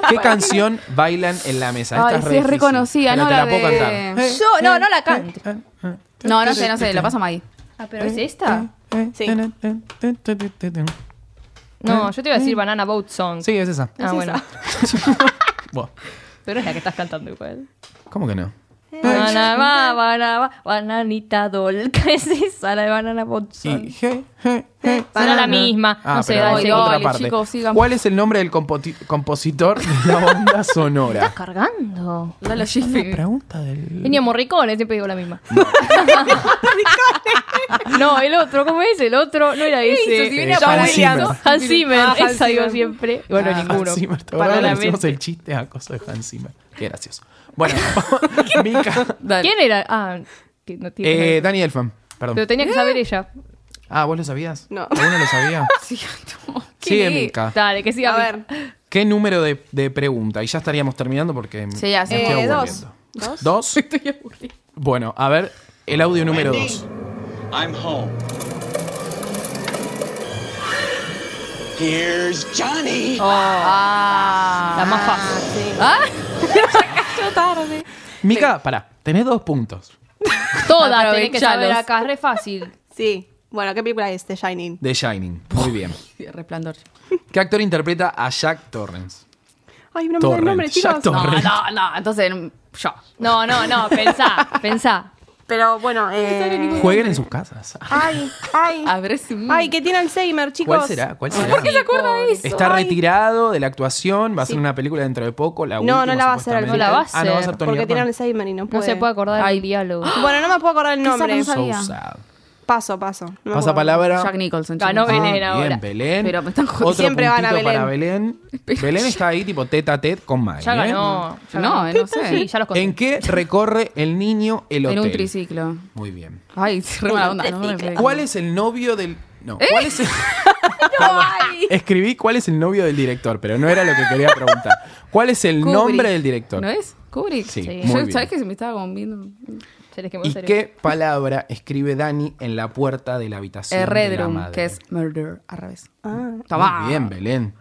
A: ¿Qué canción bailan en la mesa? Esta
D: Ay,
A: es,
D: sí,
A: re
D: es
A: difícil,
D: reconocida,
A: pero
D: ¿no?
A: te
D: La
A: la puedo
D: de-
A: cantar. Eh,
B: Yo, no, no la canto.
A: eh, eh,
D: No, no sé, no sé. La pasamos ahí.
B: Ah, pero es esta.
A: eh,
C: Sí.
A: eh, eh, eh, eh, eh, eh, eh.
B: No, yo te iba a decir Banana Boat Song.
A: Sí, es esa.
B: Ah, bueno.
A: Buah,
B: Pero es la que estás cantando igual.
A: ¿Cómo que no?
B: Banana, banana, bananita dol. ¿Qué es esa? La de Banana Boat Song.
A: Y, je, je, je.
B: Será la misma.
A: Ah,
B: no sé,
A: pero
B: dale,
A: vamos
D: Ay,
A: a
B: seguí.
A: otra
D: dale,
A: parte.
D: chicos, sigan.
A: ¿Cuál es el nombre del compoti- compositor de la banda sonora?
B: cargando.
D: Lalo Schifrin.
A: Pregunta del.
B: Ennio Morricone, siempre digo la misma. no, el otro, ¿cómo es? El otro, no era ese.
D: hizo? Si
A: viene a Hans Zimmer.
B: Hans Zimmer,
D: Ah, Hans
B: esa digo
D: Zimmer.
B: siempre. Y Bueno,
A: Ah, Hans
B: ninguno.
A: Zimmer, ¿te acordás cuando
B: Claramente.
A: hicimos el chiste a cosas de Hans Zimmer? Qué gracioso. Bueno, Mica,
D: Dale.
B: ¿Quién era? Ah, que no tiene.
A: eh, Danny Elfman. Perdón.
B: Pero tenía que saber ella.
A: Ah, ¿vos lo sabías?
C: No.
A: ¿Alguno lo sabía?
D: Sí, no.
A: Sigue, Mica.
B: Dale, que siga.
C: A
B: Mica.
C: ver.
A: ¿Qué número de, de pregunta? Y ya estaríamos terminando porque.
D: Sí, ya, sí.
A: me estoy
C: Eh, dos.
A: aburriendo. ¿Dos? Bueno, a ver, el audio número dos.
H: I'm home. Here's Johnny.
D: Ah,
B: La más fácil.
D: Ah,
A: Mica, pará, tenés dos puntos.
B: Todas tenés que saber
D: Aprovechalos.
B: acá, es re fácil.
C: Sí. Bueno, ¿qué película es? The Shining.
A: De Shining. Muy bien.
D: resplandor.
A: ¿Qué actor interpreta a Jack Torrance?
C: Ay, no me da el nombre,
A: Torrent. Jack
C: chicos.
D: No,
A: Torrance.
D: no, no. Entonces, mm, yo.
B: No, no, no, pensá, pensá.
C: Pero bueno, eh...
A: Jueguen en sus casas.
C: Ay, ay.
D: A ver si.
C: Ay, que tiene Alzheimer, Ah, chicos.
A: ¿Cuál será? ¿Cuál será?
D: se acuerda de eso?
A: Está
C: Ay.
A: retirado de la actuación, va a hacer una película dentro de poco. La
C: No,
A: última,
C: no la va a hacer,
A: supuestamente.
B: no la va a
A: Ah, no va a
B: hacer,
A: ser Tony
C: Porque tiene
A: Erdman.
C: Alzheimer y no puede.
B: No se puede acordar el diálogo.
C: Bueno, no me puedo acordar el nombre.
D: saca- sabía.
A: So sad.
C: Paso, paso. No me
A: Pasa
C: acuerdo.
A: palabra.
D: Jack Nicholson.
B: Ganó
D: chicos.
B: Belén
A: Ah,
B: ahora.
A: Bien, Belén.
D: Pero me están jodiendo.
A: Otro
C: Siempre van a
A: puntito
C: Belén.
A: para Belén. Belén está ahí tipo tete a tete con Mike.
B: Ya ganó. ya
D: No,
B: ganó.
D: eh, no sé.
B: Sí, ya los conté.
A: ¿En qué recorre el niño el hotel?
D: En un triciclo.
A: Muy bien.
D: Ay, se re mala onda. No me refiero.
A: ¿Cuál es el novio del.? No, ¿cuál es el.? Perdón, Escribí cuál es el novio del director, pero no era lo que quería preguntar. ¿Cuál es el
D: Kubrick.
A: nombre del director?
D: ¿No es? Kubrick.
A: Sí,
D: Yo-
A: muy bien.
D: ¿Sabes que se me estaba como viendo?
B: Se les quemó el
A: ¿Y
B: cerebro.
A: qué palabra escribe Dani en la puerta de la habitación?
D: Eh,
A: de la
D: Redrum,
A: madre?
D: que es murder, al revés.
C: Ah.
D: Tomá.
A: Muy bien, Belén.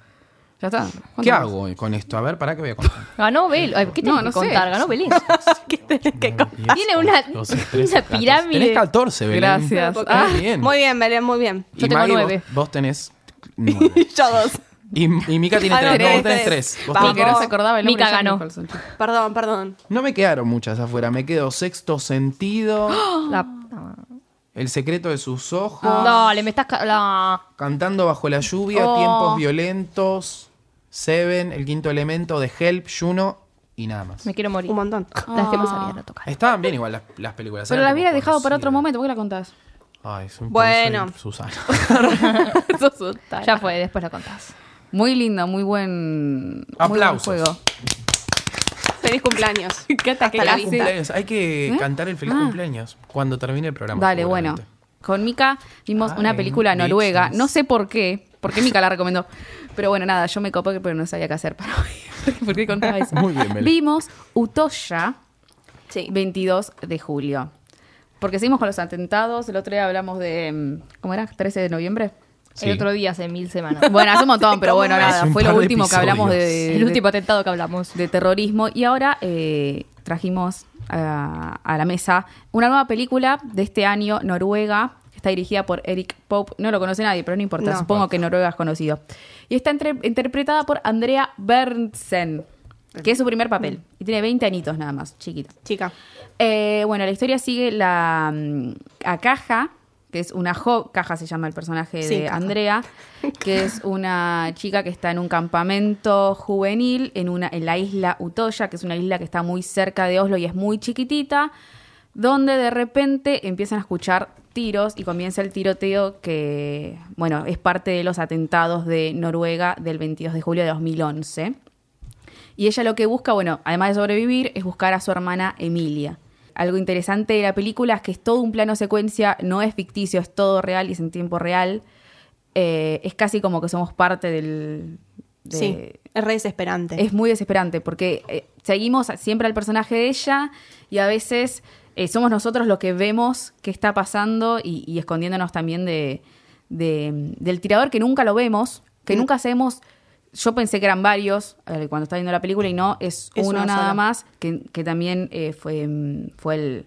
D: Ya está.
A: ¿Qué
D: ¿Cuánto más?
A: hago con esto? A ver, para que voy a contar.
B: Ganó Belén. Ay, ¿Qué tengo
D: No,
B: que
D: no sé.
B: contar? Ganó Belén.
C: ¿Qué tenés que
A: Ah,
C: contar?
B: Tiene una- una pirámide.
A: Tenés 14, Belén.
D: Gracias.
A: Ah,
D: Ah,
A: bien.
C: Muy bien, Belén, muy bien.
A: Y
B: Yo tengo
A: Maggie, vos-
B: nueve.
A: Vos, tenés nueve.
C: Yo dos.
A: Y, y Mika tiene
C: Ah, no,
A: tres. No, vos tenés
C: tenés tres.
A: tres. Vos tenés
C: Vamos.
D: porque no se acordaba el nombre.
B: Mica
D: Jack
B: ganó.
D: Nicholson, chicos.
C: Perdón, perdón.
A: No me quedaron muchas afuera. Me quedó sexto sentido,
B: La- no.
A: el secreto de sus ojos,
B: Dale, me estás. ca- la-
A: cantando bajo la lluvia,
B: Oh.
A: tiempos violentos, Seven, el quinto elemento de Help, Juno y nada más.
B: Me quiero morir.
C: Un montón.
B: Las que más sabía no tocar.
A: Estaban bien igual las, las películas.
D: Pero
A: eran
D: la
A: como
D: hubiera dejado para otro
A: conocidas.
D: momento. ¿Por qué la contás?
A: Ay, es un
C: Bueno.
A: poco soy Susana.
B: Ya fue, después la contás.
D: Muy lindo, muy buen, muy buen
A: Aplausos.
D: juego.
C: Feliz cumpleaños. ¿Qué ataque
A: Feliz
C: la
A: cumpleaños. Hay que cantar el feliz cumpleaños cuando termine el programa.
D: ¿Eh? Ah. Dale, bueno.
A: seguramente.
D: Con Mika vimos
A: Ay,
D: una película noruega.
A: bitches.
D: No sé por qué. Porque Mika la recomendó. Pero bueno, nada, yo me copé, pero no sabía qué hacer para hoy. ¿Por qué contaba eso?
A: Muy bien, Mel.
D: Vimos Utoya,
C: Sí.
D: 22 de julio. Porque seguimos con los atentados. El otro día hablamos de. mm, ¿Cómo era? 13 de noviembre.
A: Sí.
B: El otro día, hace mil semanas.
D: Bueno, eh, hace un montón, pero bueno, nada.
A: Hace un
D: Fue
A: par
D: lo
A: de
D: último que hablamos de,
B: El
D: de-
B: último atentado que hablamos.
D: de terrorismo. Y ahora eh, trajimos a, a la mesa una nueva película de este año, Noruega. que Está dirigida por Eric Pope. No lo conoce nadie, pero no importa.
C: No.
D: Supongo que Noruega es conocido. Y está entre- interpretada por Andrea Berntsen, que es su primer papel. Y tiene 20 anitos nada más, chiquita.
C: Chica.
D: Eh, bueno, la historia sigue la mm, a Caja, que es una jo Caja se llama el personaje
C: Sí,
D: de
C: Caja.
D: Andrea, que es una chica que está en un campamento juvenil en una en la isla Utoya, que es una isla que está muy cerca de Oslo y es muy chiquitita, donde de repente empiezan a escuchar tiros y comienza el tiroteo que bueno, es parte de los atentados de Noruega del 22 de julio de 2011. Y ella lo que busca, bueno, además de sobrevivir, es buscar a su hermana Emilia. Algo interesante de la película es que es todo un plano secuencia, no es ficticio, es todo real y es en tiempo real. Eh, es casi como que somos parte del... de-
C: Sí. Es re desesperante.
D: es muy desesperante porque eh, seguimos a- siempre al personaje de ella y a veces eh, somos nosotros los que vemos qué está pasando y, y escondiéndonos también de, de- del tirador que nunca lo vemos,
C: Mm.
D: que nunca sabemos. Yo pensé que eran varios eh, cuando estaba viendo la película y no, es,
C: Es
D: uno
C: una
D: nada
C: sola.
D: más que, que también eh, fue, mm, fue el,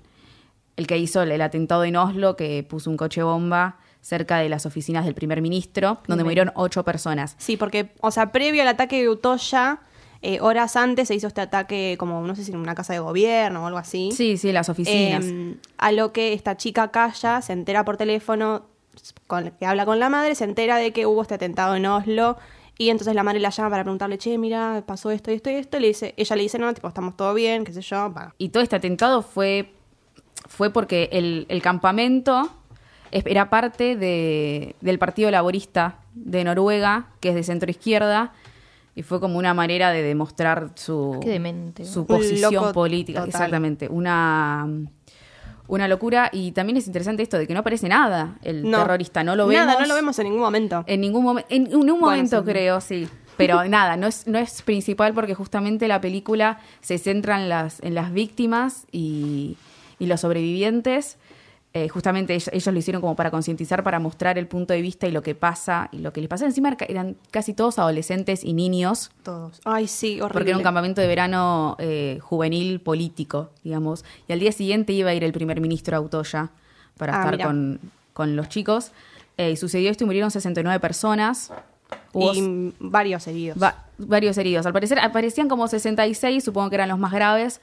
D: el que hizo el, el atentado en Oslo, que puso un coche bomba cerca de las oficinas del primer ministro, donde murieron ocho personas.
C: Sí, porque, o sea, previo al ataque de Utoya, eh, horas antes se hizo este ataque como, no sé si en una casa de gobierno o algo así.
D: Sí, sí, las oficinas.
C: Eh, a lo que esta chica calla, se entera por teléfono, con, que habla con la madre, se entera de que hubo este atentado en Oslo. Y entonces la madre la llama para preguntarle, che, mira, pasó esto y esto y esto. Y le dice, ella le dice, no, tipo, estamos todo bien, qué sé yo. va.
D: Y todo este atentado fue, fue porque el, el campamento es- era parte de- del Partido Laborista de Noruega, que es de centro izquierda, y fue como una manera de demostrar su,
B: Qué demente.
D: su
C: Un
D: posición
C: loco
D: política.
C: total.
D: Exactamente. Una, una locura. Y también es interesante esto de que no aparece nada el
C: No.
D: terrorista, no lo vemos.
C: Nada, no lo vemos en ningún momento.
D: En ningún momento, en un, un momento
C: sí.
D: creo, sí. Pero nada, no es, no es principal porque justamente la película se centra en las, en las víctimas y, y los sobrevivientes. Eh, justamente ellos, ellos lo hicieron como para concientizar, para mostrar el punto de vista y lo que pasa y lo que les pasa. Encima era- eran casi todos adolescentes y niños
C: Todos. Ay, sí, horrible.
D: porque era un campamento de verano eh, juvenil político, digamos. Y al día siguiente iba a ir el primer ministro a Utoya para
C: Ah,
D: estar
C: mirá.
D: con, con los chicos. Eh, y sucedió esto y murieron 69 personas. Hubo
C: Y varios seguidos.
D: va- varios heridos. Al parecer aparecían como 66, supongo que eran los más graves,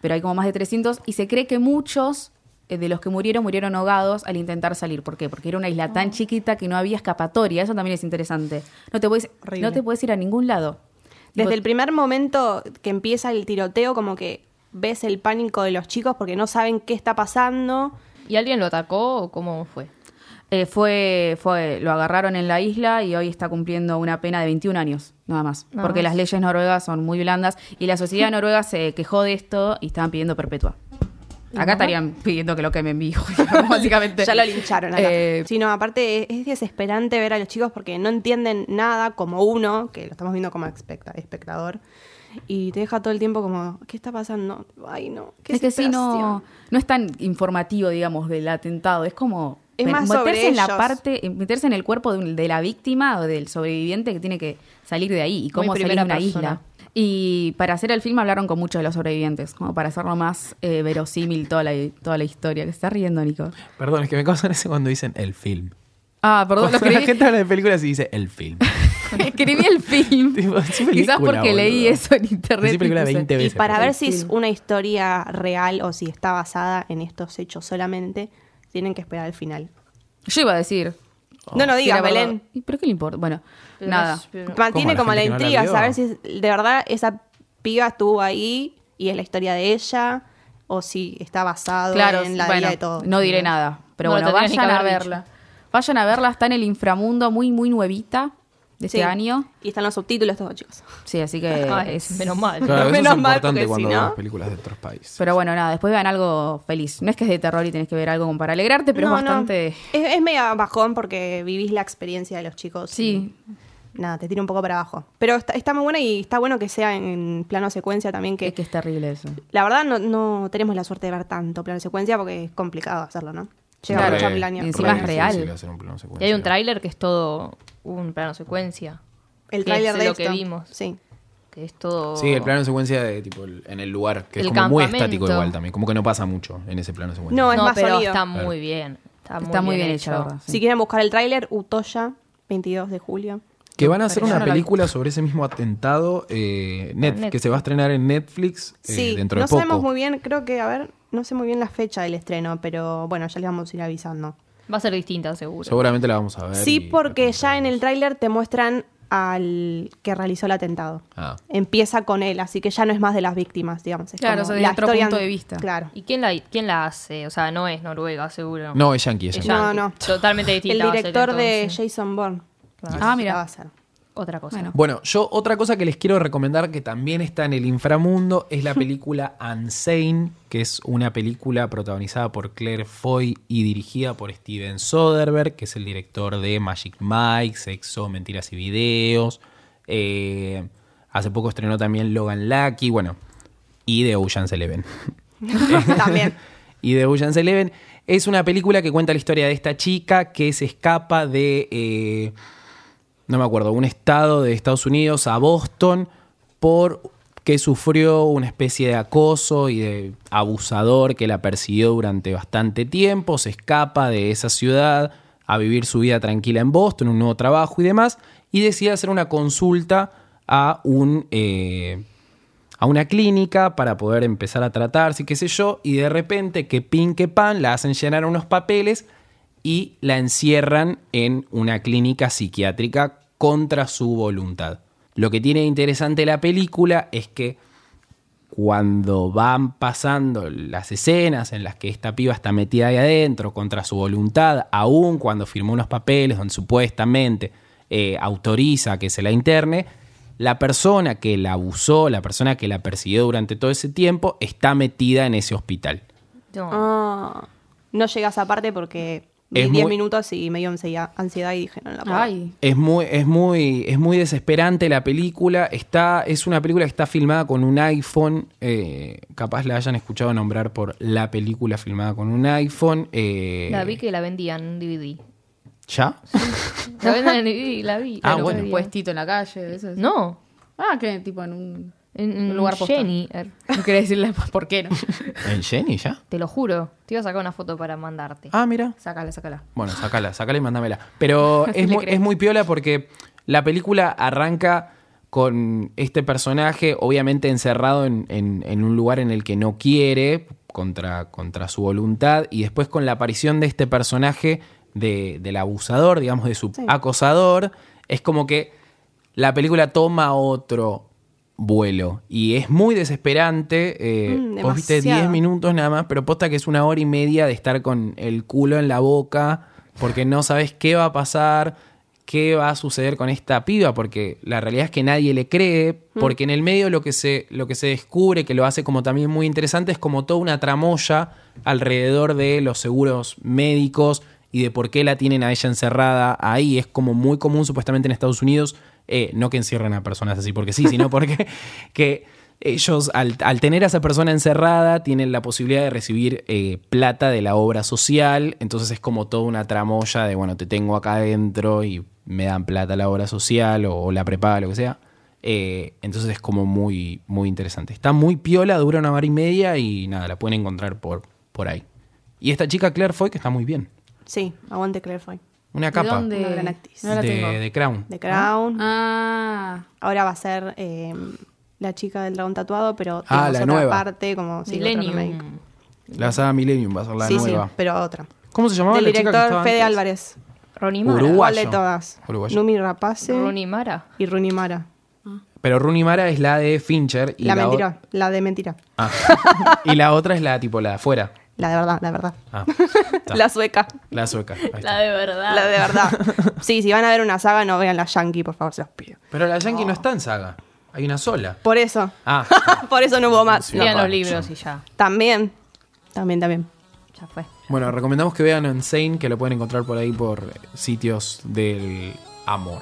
D: pero hay como más de 300. Y se cree que muchos eh, de los que murieron murieron ahogados al intentar salir. ¿Por qué? Porque era una isla
C: Ah.
D: tan chiquita que no había escapatoria. Eso también es interesante. No te puedes,
C: Horrible.
D: no te puedes ir a ningún lado. Tipo,
C: Desde el primer momento que empieza el tiroteo, como que ves el pánico de los chicos porque no saben qué está pasando.
B: ¿Y alguien lo atacó o cómo fue?
D: Eh, fue, fue, lo agarraron en la isla y hoy está cumpliendo una pena de 21 años, nada más.
B: Nada
D: porque
B: más.
D: las leyes noruegas son muy blandas y la sociedad noruega se quejó de esto y estaban pidiendo perpetua. Acá estarían pidiendo que lo quemen vivo, digamos, básicamente.
C: Ya lo lincharon acá.
D: Eh,
C: Sí, no, aparte es, es desesperante ver a los chicos porque no entienden nada como uno, que lo estamos viendo como expecta- espectador, y te deja todo el tiempo como, ¿qué está pasando? Ay, no. qué
D: es que sí, no,
C: desesperación.
D: no es tan informativo, digamos, del atentado. Es como
C: Es
D: pe-
C: más
D: meterse
C: sobre
D: en la
C: ellos.
D: parte, en- meterse en el cuerpo de, un- de la víctima o del sobreviviente que tiene que salir de ahí y cómo salir de
B: primera
D: una
B: persona.
D: isla. Y para hacer el film hablaron con muchos de los sobrevivientes, como para hacerlo más eh, verosímil toda la, toda la historia. Que se está riendo, Nico.
A: Perdón, es que me causan ese cuando dicen el film.
D: Ah, perdón, lo
A: Cuando la
D: escribí,
A: gente habla de películas y dice el film.
D: escribí el film.
A: Tipo, sí, película,
D: Quizás porque
A: boludo.
D: leí eso en internet.
A: Sí, película
D: y puse-
A: 20
C: Y
A: veces.
C: para
D: El
C: ver si es
D: film.
C: una historia real o si está basada en estos hechos solamente, tienen que esperar al final.
D: Yo iba a decir.
C: no, no
D: si era
C: digas,
D: verdad.
C: Belén.
D: ¿Y ¿Pero qué le importa? Bueno,
B: Pero
D: nada.
B: es- pero-
C: Mantiene
A: Oh. ¿Cómo,
C: como
A: la
C: la
A: gente no la
C: intriga,
A: vio?
C: saber si es- de verdad esa piba estuvo ahí y es la historia de ella o si está basado en la vida
D: bueno,
C: de todos.
D: No diré nada, pero
B: No,
D: bueno,
B: tendrías ni que
D: vayan a
B: haber
D: verla. Vayan a verla, está en el inframundo muy, muy nuevita de
C: Sí.
D: este año.
C: Y están los subtítulos todos, chicos.
D: Sí, así que
B: Ay,
D: Eh, es...
B: Ah, Menos mal.
A: Claro, eso
C: Menos
A: es
C: mal,
A: importante
C: porque
A: cuando
C: si no-
A: ves películas de otros países.
D: Pero bueno, nada, después vean algo feliz. No es que es de terror y tenés que ver algo como para alegrarte, pero
C: No,
D: es
C: no.
D: bastante...
C: Es, es medio bajón porque vivís la experiencia de los chicos.
D: Sí.
C: y Nada, te tira un poco para abajo. Pero está, está muy buena y está bueno que sea en plano secuencia también. Que,
D: Es que es terrible eso.
C: La verdad, no, no tenemos la suerte de ver tanto plano secuencia porque es complicado hacerlo, ¿no? Llega
D: Claro.
C: mucha
D: Re-
C: planeación.
D: encima es real.
A: hacer un plano
B: Y hay un
A: secuencia.
B: tráiler que es todo un plano secuencia.
C: El
B: que
C: tráiler
B: es
C: de
B: lo
C: esto.
B: que vimos.
C: Sí.
B: Que es todo.
A: Sí, el plano de secuencia de tipo el- en el lugar, que es
B: El
A: como muy
B: campamento.
A: estático igual también, como que no pasa mucho en ese plano de secuencia.
C: No, es
B: No,
C: más
B: pero
C: sólido.
B: está muy bien. Está,
D: Está muy bien hecho. la verdad, sí.
C: Si quieren buscar el tráiler, Utoya, 22 de julio.
A: Que van a hacer
D: Pero yo
A: una
D: no la vi.
A: película sobre ese mismo atentado eh, net-
B: Netflix.
A: que se va a estrenar en Netflix eh,
C: Sí,
A: dentro
C: no
A: de poco.
C: sabemos muy bien, creo que, a ver, no sé muy bien la fecha del estreno, pero bueno, ya les vamos a ir avisando.
B: Va a ser distinta, seguro.
A: Seguramente la vamos a ver.
C: Sí,
A: y-
C: porque ya en el tráiler te muestran al que realizó el atentado.
A: Ah.
C: Empieza con él, así que ya no es más de las víctimas, digamos. Es
D: Claro,
C: como
D: o sea, desde
C: la
D: otro
C: historia-
D: punto de vista.
C: Claro.
B: ¿Y quién la, quién la hace? O sea, no es Noruega, seguro.
A: No, es yankee, es
B: Es
A: yankee.
C: No,
B: yankee.
C: no.
B: Totalmente
C: El
B: distinta. va a ser,
C: director de
B: entonces.
C: Jason Bourne.
D: Ah,
C: La va a
D: mira.
C: hacer.
B: Otra cosa.
D: Bueno.
A: Bueno, yo otra cosa que les quiero recomendar que también está en el inframundo es la película Unsane, que es una película protagonizada por Claire Foy y dirigida por Steven Soderbergh, que es el director de Magic Mike, Sexo, Mentiras y Videos. Eh, hace poco estrenó también Logan Lucky, bueno, y The Ocean's Eleven.
C: También.
A: y de Ocean's Eleven. Es una película que cuenta la historia de esta chica que se escapa de, eh, no me acuerdo, un estado de Estados Unidos a Boston por que sufrió una especie de acoso y de abusador que la persiguió durante bastante tiempo, se escapa de esa ciudad a vivir su vida tranquila en Boston, un nuevo trabajo y demás, y decide hacer una consulta a un... eh, a una clínica para poder empezar a tratarse y qué sé yo, y de repente que pin que pan la hacen llenar unos papeles y la encierran en una clínica psiquiátrica contra su voluntad. Lo que tiene de interesante la película es que cuando van pasando las escenas en las que esta piba está metida ahí adentro contra su voluntad, aún cuando firmó unos papeles donde supuestamente eh, autoriza que se la interne, la persona que la abusó, la persona que la persiguió durante todo ese tiempo, está metida en ese hospital.
B: No.
C: Ah, no llega a esa parte porque vi
A: Es
C: 10
A: muy-
C: minutos y me dio ansiedad, ansiedad y dije, no la puedo. ver".
D: Ay.
A: Es muy, es muy, es muy desesperante la película. Está, es una película que está filmada con un iPhone. eh, capaz la hayan escuchado nombrar por la película filmada con un iPhone. eh,
B: La vi que la vendían en DVD.
A: ¿Ya?
B: La vendían en DVD, la vi.
A: Ah,
B: el otro
A: bueno.
D: Un
B: día.
D: puestito en la calle. eso es-
B: No,
D: Ah, que tipo en un,
B: en, en
D: un lugar postal.
B: Jenny, er,
D: No quería decirle por qué no.
A: ¿En Jenny ya?
B: te lo juro. Te iba a sacar una foto para mandarte.
A: Ah, mira.
D: sácala, sácala.
A: Bueno, sacala, sacala y mándamela. Pero es,
D: Le
A: muy,
D: creo.
A: es muy piola porque la película arranca con este personaje, obviamente encerrado en, en- en un lugar en el que no quiere, contra, contra su voluntad, y después con la aparición de este personaje de- del abusador, digamos, de su acosador, es como que la película toma otro vuelo y es muy desesperante. eh,
C: Mm,
A: vos viste 10
C: demasiado.
A: minutos nada más, pero posta que es una hora y media de estar con el culo en la boca porque no sabes qué va a pasar, qué va a suceder con esta piba, porque la realidad es que nadie le cree, porque en el medio lo que se, lo que se descubre, que lo hace como también muy interesante, es como toda una tramoya alrededor de los seguros médicos y de por qué la tienen a ella encerrada ahí. Es como muy común supuestamente en Estados Unidos, eh, no que encierren a personas así porque sí, sino porque que ellos al, al tener a esa persona encerrada tienen la posibilidad de recibir eh, plata de la obra social, entonces es como toda una tramoya de, bueno, te tengo acá adentro y me dan plata la obra social o, o la prepaga, lo que sea. Eh, entonces es como muy, muy interesante. Está muy piola, dura una hora y media y nada, la pueden encontrar por, por ahí. Y esta chica Claire Foy que está muy bien.
C: Sí, aguante Claire Foy.
A: Una
D: ¿De
A: capa
D: dónde?
C: Una gran actriz.
D: No la tengo.
A: de, de Crown.
C: The Crown.
D: Ah,
C: Ahora va a ser eh, la chica del dragón tatuado, pero
A: Ah,
C: tenemos
A: la
C: otra
A: nueva.
C: parte como sí, otro remake.
B: Millennium.
A: La saga Millennium va a ser la
C: sí,
A: nueva.
C: sí, pero otra.
A: ¿Cómo se llamaba
C: Del
A: la chica que
C: director
A: estaba
C: Fede
A: antes?
C: Álvarez.
B: Ronnie Mara.
A: Uruguay.
C: ¿Cuál
A: Uruguayo.
C: de todas?
A: Uruguayo.
C: Numi Rapace
B: Ronnie Mara.
C: y Rooney Mara.
A: Pero Rooney Mara es la de Fincher y
C: La,
A: la, o-
C: mentira, la de mentira.
A: Ah. y la otra es la tipo la de afuera.
C: La de verdad, la verdad.
A: Ah, está.
C: la sueca.
A: La sueca. ahí está.
B: La de verdad.
C: La de verdad. Sí, si van a ver una saga, no vean la Yankee, por favor, se los pido.
A: Pero la Yankee no está en saga. Hay una sola.
C: Por eso.
A: Ah.
C: por eso no hubo más.
A: Sí.
B: Lean
A: Capaz.
B: los libros y ya.
C: También. También, también.
B: Ya fue.
A: Bueno, recomendamos que vean Insane, que lo pueden encontrar por ahí por sitios del amor.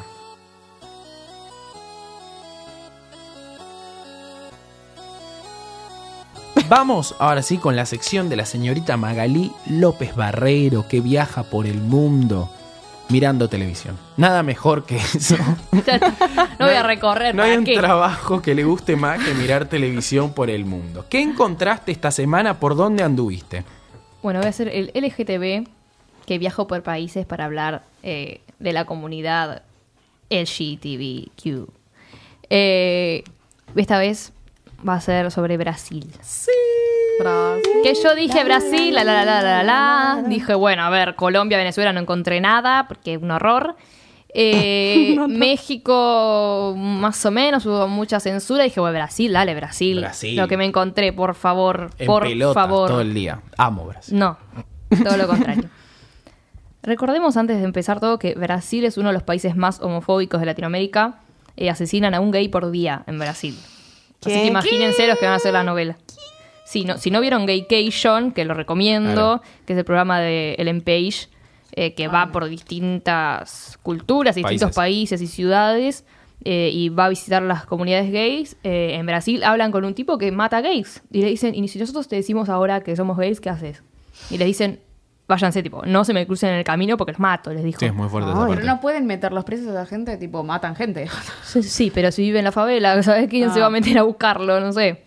A: Vamos ahora sí con la sección de la señorita Magalí López Barreiro que viaja por el mundo mirando televisión. Nada mejor que eso.
B: No voy a recorrer.
A: No hay
B: ¿para
A: un
B: qué?
A: trabajo que le guste más que mirar televisión por el mundo. ¿Qué encontraste esta semana? ¿Por dónde anduviste?
B: Bueno, voy a hacer el LGTB que viajo por países para hablar eh, de la comunidad LGTBQ. Eh, esta vez va a ser sobre Brasil. Que yo dije Brasil, la la la la la la. Dije, bueno, a ver, Colombia, Venezuela no encontré nada porque es un horror. Eh, México, más o menos, hubo mucha censura. Dije, bueno, Brasil, dale, Brasil.
A: Brasil.
B: Lo que me encontré, por favor,
A: En
B: por
A: pelotas
B: favor.
A: todo el día. Amo Brasil.
B: No, todo lo contrario. Recordemos antes de empezar todo que Brasil es uno de los países más homofóbicos de Latinoamérica. Eh, asesinan a un gay por día en Brasil.
C: ¿Qué?
B: Así que imagínense los que van a hacer la novela. Si no, si no vieron Gaycation, que lo recomiendo, que es el programa de Ellen Page, eh, que va por distintas culturas, y distintos países y ciudades, eh, y va a visitar las comunidades gays, eh, en Brasil hablan con un tipo que mata gays. Y le dicen, y si nosotros te decimos ahora que somos gays, ¿qué haces? Y les dicen, váyanse, tipo, no se me crucen en el camino porque los mato, les dijo.
A: Sí, es muy fuerte esa
D: pero
A: parte.
D: Ah, no pueden meter los presos a gente, tipo, matan gente.
B: Sí, sí, pero si vive en la favela, ¿sabes quién se va a meter a buscarlo? No sé.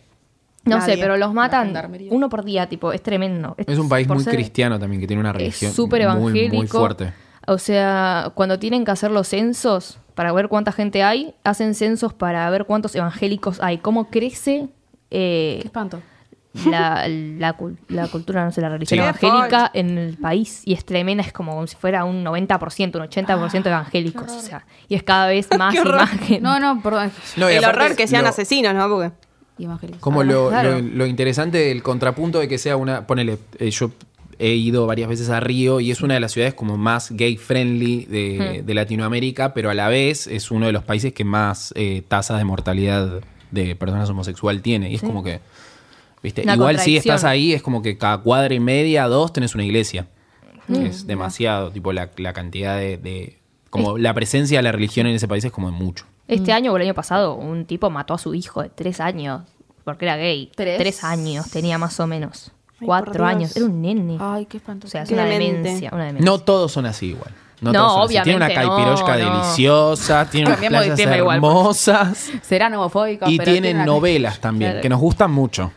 B: No
C: Nadie.
B: sé, pero los matan
D: gendarmería.
B: uno por día, tipo, es tremendo.
A: Es un país
B: pues, por
A: muy
B: ser-
A: cristiano también, que tiene una religión
B: Es súper
A: muy,
B: evangélico.
A: muy fuerte.
B: O sea, cuando tienen que hacer los censos para ver cuánta gente hay, hacen censos para ver cuántos evangélicos hay. ¿Cómo crece eh,
D: Qué espanto.
B: la, la cul- la cultura, no sé, la religión
A: Sí.
B: evangélica en el país? Y es tremenda, es como si fuera un 90%, un 80% evangélicos. O sea, y es cada vez más
C: Ah, Qué horror.
B: imagen.
D: No, no, perdón.
A: No, y
C: El
A: aparte,
C: horror que sean
A: lo-
C: asesinos, ¿no? Porque
D: Evangélicos.
A: Como lo, lo-
B: Claro.
A: lo interesante del contrapunto de que sea una. Ponele, eh, yo he ido varias veces a Río y es una de las ciudades como más gay friendly de,
B: Hmm.
A: de Latinoamérica, pero a la vez es uno de los países que más eh, tasas de mortalidad de personas homosexual tiene. Y es como que.
J: ¿viste?
B: Una
J: Igual si
B: contradicción.
J: estás ahí, es como que cada cuadra y media, dos, tenés una iglesia.
B: Hmm.
J: es demasiado, tipo la, la cantidad de, de- Como la presencia de la religión en ese país es como de mucho.
B: Este año o el año pasado, un tipo mató a su hijo de tres años porque era gay.
D: ¿Tres?
B: años tenía más o menos.
C: Ay, por
B: Cuatro
C: Dios. Ah.
B: años. Era un nene.
D: Ay, qué espantoso.
B: o sea, es
C: qué
B: una
C: demente.
B: demencia, una demencia.
J: No todos son así igual. No,
B: No,
J: todos son así. Tiene una
B: obviamente, no,
J: caipirosca
B: no.
J: deliciosa, tiene unas
D: Cambiemos de
J: playas
D: tema
B: pues.
D: igual, porque-
J: hermosas
D: Serán homofóbicos.
J: y
D: pero
J: tienen
D: una-
J: novelas también,
D: Claro.
J: que nos gustan mucho.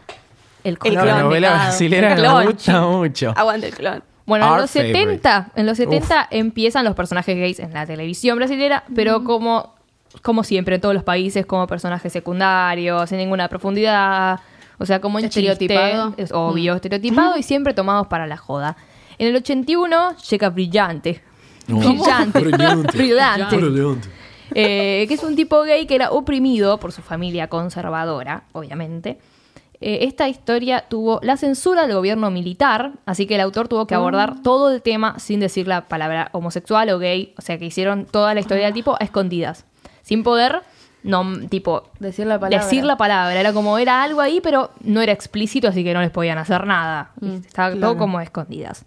B: El
C: El
B: color.
J: La
C: clon.
J: novela
B: pecado.
J: brasilera
B: El
J: nos
B: clon,
J: gusta
B: chico.
J: mucho.
C: Aguante el clon.
B: Bueno,
J: Our
B: en los
J: favorite.
B: 70, en los 70 empiezan los personajes gays en la televisión brasilera, pero como, como siempre en todos los países, como personajes secundarios, sin ninguna profundidad, o sea, como en
D: Estereotipado.
B: chiste, es obvio, estereotipado y siempre tomados para la joda. En el 81 llega Brillante. Brillante.
J: Brillante.
B: Brillante. Eh, que es un tipo gay que era oprimido por su familia conservadora, obviamente. Eh, esta historia tuvo la censura del gobierno militar, así que el autor tuvo que abordar todo el tema sin decir la palabra homosexual o gay, o sea que hicieron toda la historia del tipo a escondidas, sin poder no, tipo,
D: Decir la palabra.
B: decir la palabra. Era como era algo ahí, pero no era explícito, así que no les podían hacer nada.
D: Mm,
B: Estaba todo como a escondidas.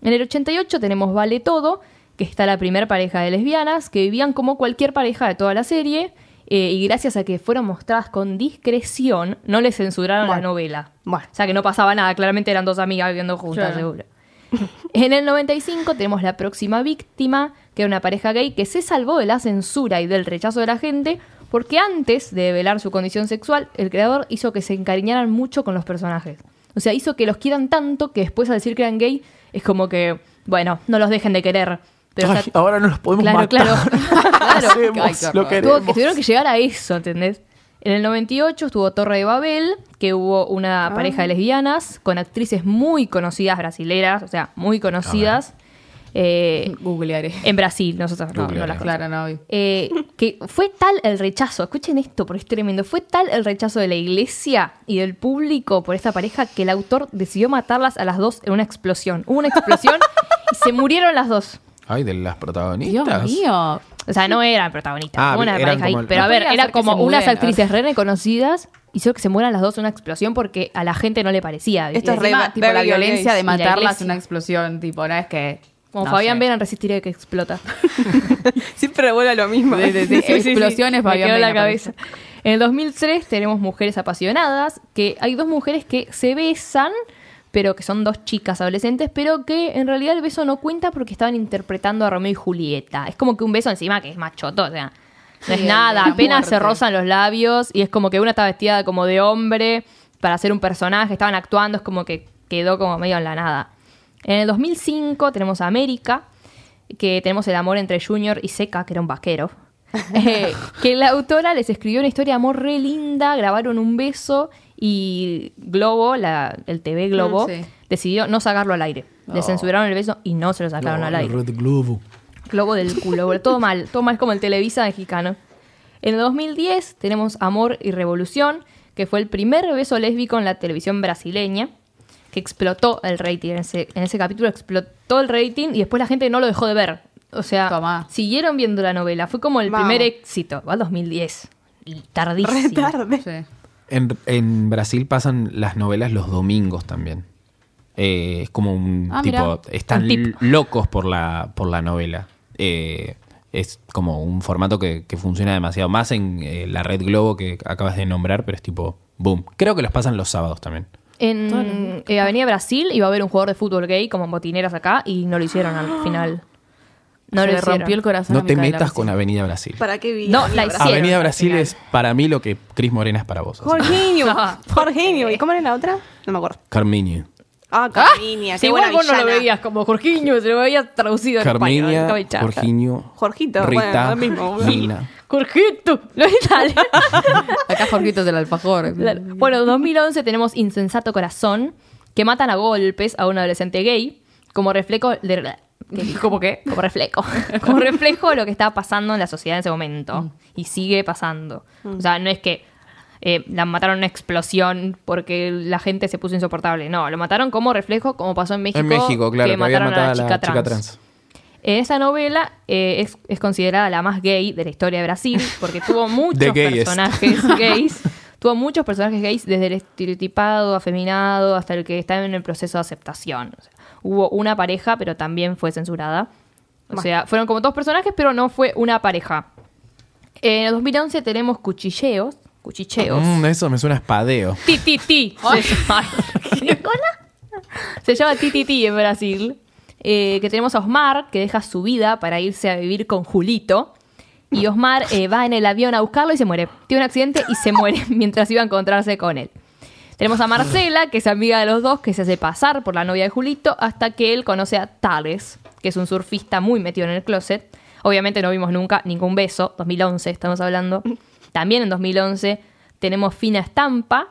B: En el 88 tenemos Vale Todo, que está la primera pareja de lesbianas, que vivían como cualquier pareja de toda la serie, eh, y gracias a que fueron mostradas con discreción, no les censuraron la
C: Bueno.
B: novela.
C: Bueno.
B: O sea que no pasaba nada, claramente eran dos amigas viviendo juntas,
D: Claro.
B: seguro. En el 95 tenemos la próxima víctima, que era una pareja gay que se salvó de la censura y del rechazo de la gente, porque antes de velar su condición sexual, el creador hizo que se encariñaran mucho con los personajes. O sea, hizo que los quieran tanto que después al decir que eran gay es como que, bueno, no los dejen de querer. Pero
J: Ay,
B: está-
J: ahora no los podemos
B: Claro,
J: matar.
B: claro. Claro.
J: Hacemos,
D: Ay, qué horror.
J: lo
D: Tuvo
J: queremos.
B: Tuvo que, tuvieron que llegar a eso, ¿entendés? En el 98 estuvo Torre de Babel, que hubo una
D: Ah.
B: pareja de lesbianas con actrices muy conocidas brasileras, o sea, muy conocidas. eh,
D: Googlearé.
B: en Brasil, nosotros no, no las
D: Claro, no. hoy.
B: eh, que fue tal el rechazo, escuchen esto porque es tremendo, fue tal el rechazo de la iglesia y del público por esta pareja que el autor decidió matarlas a las dos en una explosión. Hubo una explosión y se murieron las dos.
J: Ay, de las
D: Dios
J: protagonistas.
D: mío.
B: O sea, no eran protagonistas,
J: Ah,
B: hubo una
J: eran
B: pareja ahí.
J: como-
B: Pero a
D: No
B: ver,
D: podía
B: era
D: ser que se
B: como
D: murieran,
B: unas
D: a ver.
B: actrices re reconocidas hizo que se mueran las dos en una explosión porque a la gente no le parecía. ¿viste?
C: Esto es re
D: Encima,
C: va-
D: tipo,
C: very
D: la violencia
C: gays.
D: de
B: Y la
D: matarlas
B: iglesia.
D: una explosión, tipo, no es que.
B: Como
D: no
B: Fabián
D: sé.
B: Vera en Resistiré que explota.
C: Siempre vuelve lo mismo.
D: Sí, sí, sí. Explosiones,
B: Me
D: Fabián
B: quedó la
D: Vera,
B: cabeza. En el 2003 tenemos Mujeres Apasionadas, que hay dos mujeres que se besan, pero que son dos chicas adolescentes, pero que en realidad el beso no cuenta porque estaban interpretando a Romeo y Julieta. Es como que un beso encima que es machoto, o sea, no es
D: Sí,
B: nada,
D: la
B: apenas se
D: muerte.
B: rozan los labios y es como que una está vestida como de hombre para hacer un personaje, estaban actuando, es como que quedó como medio en la nada. En el 2005 tenemos a América, que tenemos el amor entre Junior y Seca, que era un vaquero. Eh, que la autora les escribió una historia de amor re linda, grabaron un beso y Globo, la, el TV Globo,
D: Mm, sí.
B: decidió no sacarlo al aire. Le censuraron el beso y Oh. no se lo sacaron al aire.
J: Globo.
B: Globo del culo, boludo. Todo mal. Todo mal es como el Televisa mexicano. En el 2010 tenemos Amor y Revolución, que fue el primer beso lésbico en la televisión brasileña, que explotó el rating. En ese, en ese capítulo explotó el rating y después la gente no lo dejó de ver. O sea,
D: Tomá.
B: siguieron viendo la novela. Fue como el
C: Vamos.
B: primer éxito. Va al 2010. Y tardísimo.
C: Re tarde.
D: Sí.
J: En, en Brasil pasan las novelas los domingos también. Eh, es como un
D: Ah,
J: tipo.
D: mirá.
J: Están
B: Un tip.
J: locos por la, por la novela. Eh, es como un formato que, que funciona demasiado. Más en eh, la red Globo que acabas de nombrar, pero es tipo. Boom. Creo que los pasan los sábados también.
B: En eh, Avenida Brasil iba a haber un jugador de fútbol gay como en botineras acá y no lo hicieron al final. No
D: Se
B: lo
D: le
B: hicieron.
D: rompió el corazón. a
J: No te
D: Micaela
J: metas con
D: recién.
J: Avenida Brasil.
C: ¿Para qué vi?
B: No, la hicieron.
J: Avenida
B: al
J: Brasil
B: final.
J: es para mí lo que Cris Morena es para vos. así.
C: Jorginho. Jorginho. ¿Y cómo era la otra? No me acuerdo.
J: Carmiño.
C: Ah, Carminia.
B: Si
C: qué buena
B: igual vos no lo
C: villana.
B: veías como Jorginho, se lo veías traducido en
J: Carmiña,
B: español. cabeza.
J: Jorginho,
C: Jorgito, bueno,
J: Rita,
C: lo mismo.
J: Mina.
B: Jorgito, lo italiano.
D: Acá Jorquitos del Alfajor.
B: Claro. Bueno, en 2011 tenemos Insensato Corazón, que matan a golpes a un adolescente gay como reflejo de...
D: ¿Cómo qué?
B: Como reflejo. Como reflejo de lo que estaba pasando en la sociedad en ese
C: Mm.
B: momento. Y sigue pasando. O sea, no es que eh, la mataron en una explosión porque la gente se puso insoportable. No, lo mataron como reflejo, como pasó en México.
J: En México, claro, que,
B: que
J: había
B: mataron
J: matado
B: a la chica trans. En esa novela eh, es, es considerada la más gay de la historia de Brasil porque tuvo muchos
J: gayest.
B: personajes gays. Tuvo muchos personajes gays, desde el estereotipado, afeminado, hasta el que está en el proceso de aceptación. O sea, hubo una pareja, pero también fue censurada. O sea, fueron como dos personajes, pero no fue una pareja. En el 2011 tenemos cuchilleos. Cuchicheos.
J: Mm, eso me suena a espadeo.
B: Ti, ti, ti. Se llama, Se llama ti, ti, ti en Brasil. Eh, que tenemos a Osmar, que deja su vida para irse a vivir con Julito. Y Osmar eh, va en el avión a buscarlo y se muere. Tiene un accidente y se muere mientras iba a encontrarse con él. Tenemos a Marcela, que es amiga de los dos, que se hace pasar por la novia de Julito hasta que él conoce a Tales, que es un surfista muy metido en el closet. Obviamente no vimos nunca ningún beso, 2011 estamos hablando. También en 2011 tenemos Fina Estampa,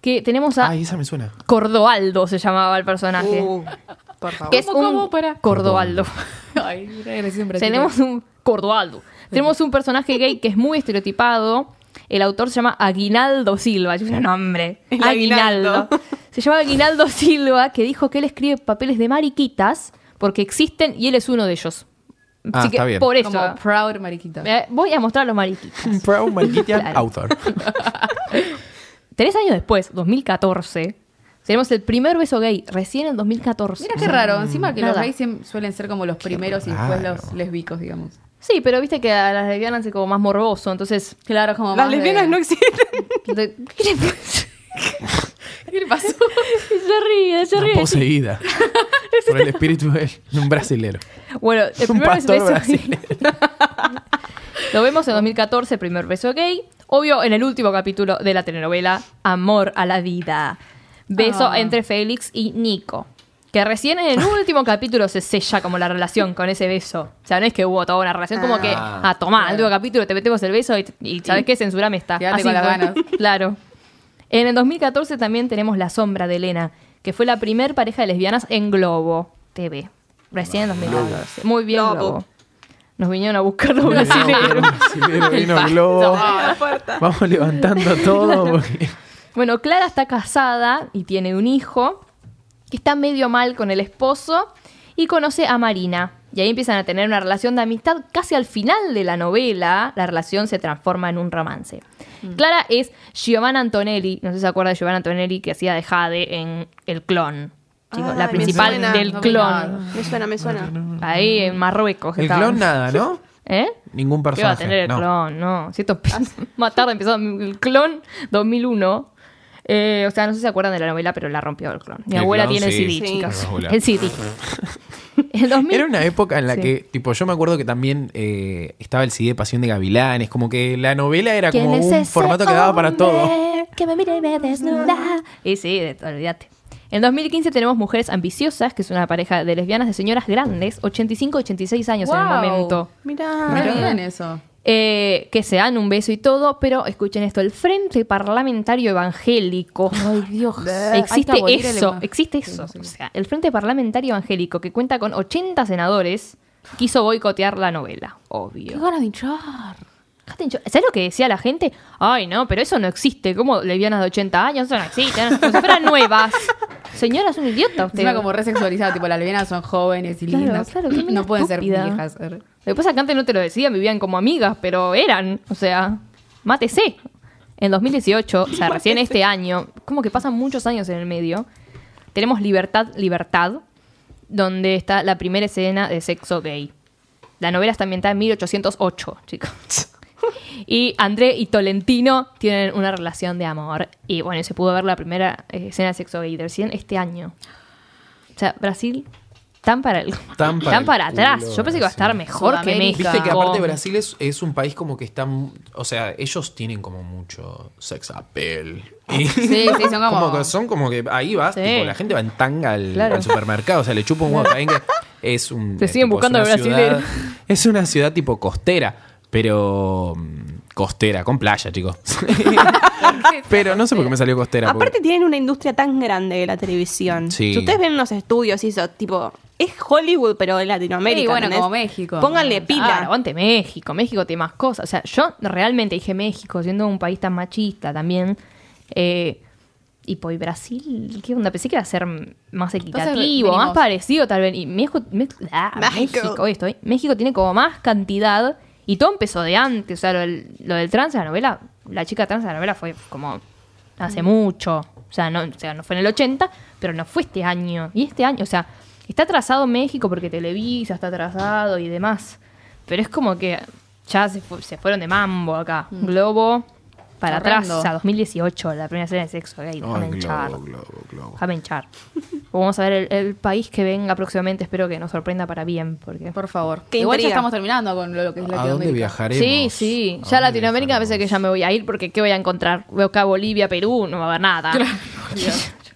B: que tenemos a
J: Ay, esa me suena.
B: Cordoaldo, se llamaba el personaje.
J: Uh,
C: Uh. por favor.
B: que es
D: ¿Cómo,
B: un
D: cómo? Pará.
B: Cordoaldo.
D: Ay, una agresión brasileña.
B: Tenemos un Cordoaldo. Tenemos un personaje gay que es muy estereotipado. El autor se llama Aguinaldo Silva. Yo un nombre.
C: El Aguinaldo.
B: Se llama Aguinaldo Silva, que dijo que él escribe papeles de mariquitas porque existen y él es uno de ellos.
J: Ah,
B: Así que
J: está bien.
B: por eso.
D: como proud mariquita.
B: eh, voy a mostrar los mariquitas.
J: Proud Marquitian
B: Claro.
J: Author.
B: Tres años después, 2014, tenemos el primer beso gay, recién en 2014.
J: Mm.
D: Mira qué raro, encima que los
B: Nada.
D: gays siem- suelen ser como los primeros y después los lesbicos, digamos.
B: Sí, pero viste que a las lesbianas es como más morboso, entonces...
D: Claro, como
C: Las lesbianas no existen.
B: de- ¿Qué le pasa?
D: ¿Qué le pasó?
B: se ríe, se
J: Una
B: ríe.
J: poseída. por el espíritu de un brasilero.
B: Bueno, el
J: Un
B: primer
J: pastor
B: beso
J: brasileño.
B: Lo vemos en 2014, primer beso gay. Obvio, en el último capítulo de la telenovela Amor a la Vida. Beso
D: Ah.
B: entre Félix y Nico. Que recién en el último capítulo se sella como la relación con ese beso. O sea, no es que hubo toda una relación como que,
J: Ah.
B: ah, tomá, el último capítulo te metemos el beso y, y ¿sabes qué? Censurame esta.
D: Quédate con las
B: fue.
D: ganas.
B: Claro. En el 2014 también tenemos La Sombra de Elena, que fue la primer pareja de lesbianas en Globo TV. Recién en 2014. Muy bien,
C: Globo.
B: Globo. Nos vinieron a buscar los
J: Vino
B: brasileños.
J: brasilero, vino
C: Ah, Oh.
J: globo. Vamos levantando todo. porque-
B: Bueno, Clara está casada y tiene un hijo que está medio mal con el esposo y conoce a Marina. Y ahí empiezan a tener una relación de amistad. Casi al final de la novela, la relación se transforma en un romance.
C: Mm.
B: Clara es Giovanna Antonelli. No sé si se acuerda de Giovanna Antonelli que hacía de Jade en El Clon. Chicos,
C: Ay,
B: la
C: Ah, me
B: principal
C: suena. Ah.
B: del
D: No vi
B: Clon.
D: nada.
C: Me suena, me suena.
B: Ahí en Marruecos.
J: El
B: estaban.
J: clon nada, ¿no?
B: ¿Eh?
J: Ningún
B: ¿Qué va a
J: personaje.
B: tener el
J: no.
B: clon? No. Si esto más tarde empezó el clon 2001. Eh, o sea, no sé si se acuerdan de la novela, pero la rompió el clon. Mi
J: El
B: abuela
J: clon,
B: tiene
J: sí.
B: el CD,
J: Sí.
B: chicos.
J: Abuela.
B: El CD. El 2000.
J: Era una época en la
B: Sí.
J: que, tipo, yo me acuerdo que también eh, estaba el CD de Pasión de Gavilanes, como que la novela era
B: ¿Quién
J: como
B: es
J: un
B: ese
J: formato que daba para todo.
B: hombre Que me mira y me desnuda. Y sí, de- olvídate. En 2015 tenemos Mujeres Ambiciosas, que es una pareja de lesbianas de señoras grandes, 85, 86 años en el
D: Wow.
B: momento.
D: Re
C: Mirá.
D: bien eso.
B: Eh, que se dan un beso y todo, pero escuchen esto, el Frente Parlamentario Evangélico. Ay, Dios.
D: Hay
B: Existe
D: que abolir el
B: eso,
D: evangel-
B: existe
D: Sí,
B: eso.
D: no sé.
B: O sea, el Frente Parlamentario Evangélico, que cuenta con 80 senadores, quiso boicotear la novela, obvio.
D: ganas de hinchar.
B: Dejate hinchar. ¿Sabes lo que decía la gente? Ay, no, pero eso no existe. ¿Cómo lesbianas de 80 años? Eso no existe. no, Como si fueran nuevas. Señora, es un idiota usted.
D: Encima como re sexualizado, tipo, las lesbianas son jóvenes y
B: Claro,
D: lindas.
B: claro, qué mina
D: no pueden
B: estúpida.
D: ser viejas. Er.
B: Lo que pasa es que antes no te lo decían, vivían como amigas, pero eran. O sea, mátese. En 2018, o sea, recién este año, como que pasan muchos años en el medio, tenemos Libertad, Libertad, donde está la primera escena de sexo gay. La novela está ambientada en 1808, chicos. Y André y Tolentino tienen una relación de amor. Y bueno, se pudo ver la primera eh, escena de sexo gay de recién este año. O sea, Brasil, tan para, el-
J: Tan para
B: tan para,
J: el
B: atrás.
J: culo,
B: Yo pensé que iba a estar
J: Brasil.
B: mejor que
D: Sudamérica.
B: México.
J: Viste que aparte Brasil es, es un país como que está, mu- o sea, ellos tienen como mucho sex appeal. Y
D: Sí, sí, son como-
J: que- son como que ahí vas,
B: Sí.
J: tipo, la gente va en tanga al,
B: Claro.
J: al supermercado, o sea, le chupa un huevo también que es un
B: Te
J: eh,
B: siguen
J: tipo, es
B: buscando eh.
J: una
B: los brasileros.
J: ciudad- Es una ciudad tipo costera, pero mm, costera con playa, chicos. pero no sé
B: eh.
J: por qué me salió costera. porque-
C: Aparte tienen una industria tan grande de la televisión.
J: Sí.
C: Si ustedes ven unos estudios y eso, tipo, es Hollywood, pero de Latinoamérica.
D: Sí, bueno,
C: ¿entendés?
D: como México.
C: Pónganle pila.
B: Claro, Ah, aguante México. México tiene más cosas. O sea, yo realmente dije México, siendo un país tan machista también. eh, y pues Brasil, ¿qué onda? Pensé que iba a ser más equitativo,
D: venimos-
B: más parecido tal vez. Y México, Me- ah,
C: México.
B: México, hoy estoy. México tiene como más cantidad y todo empezó de antes. O sea, lo del, lo del trans en la novela la chica trans de la novela fue como hace mucho. O sea, no, o sea, no fue en el 80, pero no fue este año. Y este año, o sea, está atrasado México porque Televisa está atrasado y demás. Pero es como que ya se, fu- se fueron de mambo acá. Globo para
D: Horrendo.
B: atrás a 2018, la primera escena de sexo gay. Déjame hinchar. Déjame hinchar. Vamos a ver el, el país que venga próximamente. Espero que nos sorprenda para bien. Porque...
D: Por favor.
C: Qué
D: Igual ya
C: intriga.
D: estamos terminando con lo que es
A: ¿A dónde
D: Latinoamérica.
A: viajaremos?
B: Sí,
A: ¿A
B: sí. Ya
A: dónde
B: Latinoamérica
A: viajaremos?
B: pensé que ya me voy a ir porque ¿qué voy a encontrar? Veo acá Bolivia, Perú, no va a haber nada.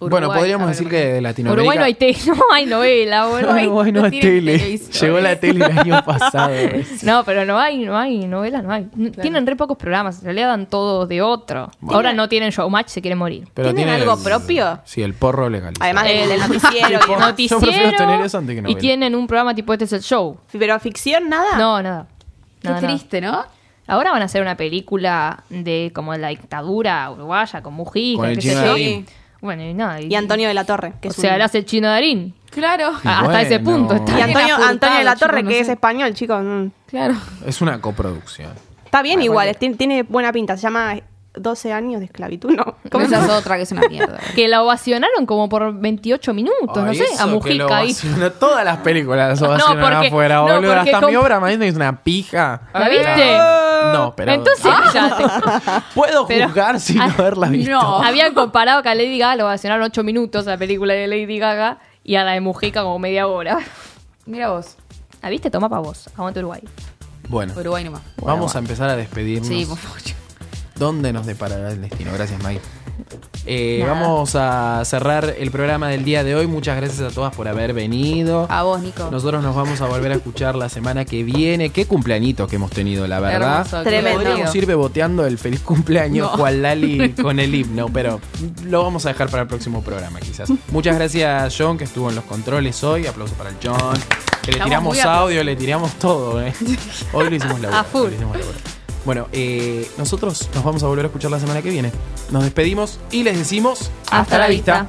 A: bueno,
D: Uruguay,
A: podríamos
D: a ver,
A: decir que
D: Uruguay.
A: de Latinoamérica.
B: Uruguay no hay, te- no hay novela, boludo.
A: Uruguay no
D: no
A: hay
D: tienen
A: tele.
D: televisores.
A: Llegó la tele el año pasado.
B: No, pero no hay, no hay novelas, no hay. N- Tienen re pocos programas, en realidad dan todos de otro. Ahora no tienen showmatch, se quieren morir.
A: Pero
C: ¿Tienen
A: tiene
C: algo
A: el-
C: propio?
A: Sí, el porro legal.
C: Además del, del noticiero. y
A: Tipo,
C: demás.
A: yo
B: Noticiero.
A: prefiero tener eso antes que
B: y
A: novela.
B: tienen un programa tipo este es el show.
C: Pero ficción, nada.
B: No, nada.
D: Qué
B: Nada, nada.
D: triste, ¿no?
B: Ahora van a hacer una película de como la dictadura uruguaya con Mujica,
A: Con el
B: qué sé
A: chino
B: yo.
A: Darín.
B: Bueno, y nada.
C: Y Antonio de la Torre. Que
B: O
C: es
B: sea,
C: un-
B: le hace el chino Darín.
D: Claro.
A: Y
B: Ah, Hasta ese
A: bueno.
B: punto está.
C: Y Antonio,
D: Era
C: Antonio de
D: furtado,
C: la Torre,
D: chicos,
C: que
D: no
C: es
D: sé.
C: español, chicos. mm.
D: Claro.
A: Es una coproducción.
C: Está bien igual, tien- tiene buena pinta. Se llama 12 años de esclavitud, ¿no?
D: Como
C: ¿Cómo
D: esa es
C: se llama?
D: otra que es una mierda.
B: Que la ovacionaron como por 28 minutos, no
A: Ay,
B: sé,
A: eso que
B: a
A: lo
B: Mujica ahí.
A: ovacionó. Todas las películas las
B: No,
A: ovacionan
B: porque-
A: afuera,
B: no,
A: boludo.
B: porque
A: Hasta
B: con-
A: mi obra maestra es una pija.
B: ¿La viste?
A: No, pero... ah.
B: Entonces, cállate.
A: Puedo
B: pero-
A: juzgar sin
B: Ah,
A: haberla visto.
D: no.
B: Habían comparado que a Lady Gaga lo ovacionaron 8 minutos a la película de Lady Gaga y a la de Mujica como media hora.
D: Mira vos.
B: ¿La viste? Toma pa' vos. Aguante Uruguay.
A: Bueno,
D: Uruguay nomás.
A: vamos a empezar a despedirnos.
D: Sí, por favor.
A: ¿Dónde nos deparará el destino? Gracias, Mike. Eh, vamos a cerrar el programa del día de hoy. Muchas gracias a todas por haber venido.
D: A vos, Nico.
A: Nosotros nos vamos a volver a escuchar la semana que viene. Qué cumpleañitos que hemos tenido, la verdad.
D: Hermoso, querido.
C: Tremendo.
A: Podríamos ir beboteando el feliz cumpleaños
D: No.
A: Juan Lali con el himno, pero lo vamos a dejar para el próximo programa, quizás. Muchas gracias, John, que estuvo en los controles hoy. Aplauso para el John. Que le
D: Estamos
A: tiramos
D: muy
A: audio, le tiramos todo. ¿eh? Hoy lo hicimos la
B: A full.
A: Bueno, eh, nosotros nos vamos a volver a escuchar la semana que viene. Nos despedimos y les decimos
B: Hasta la vista.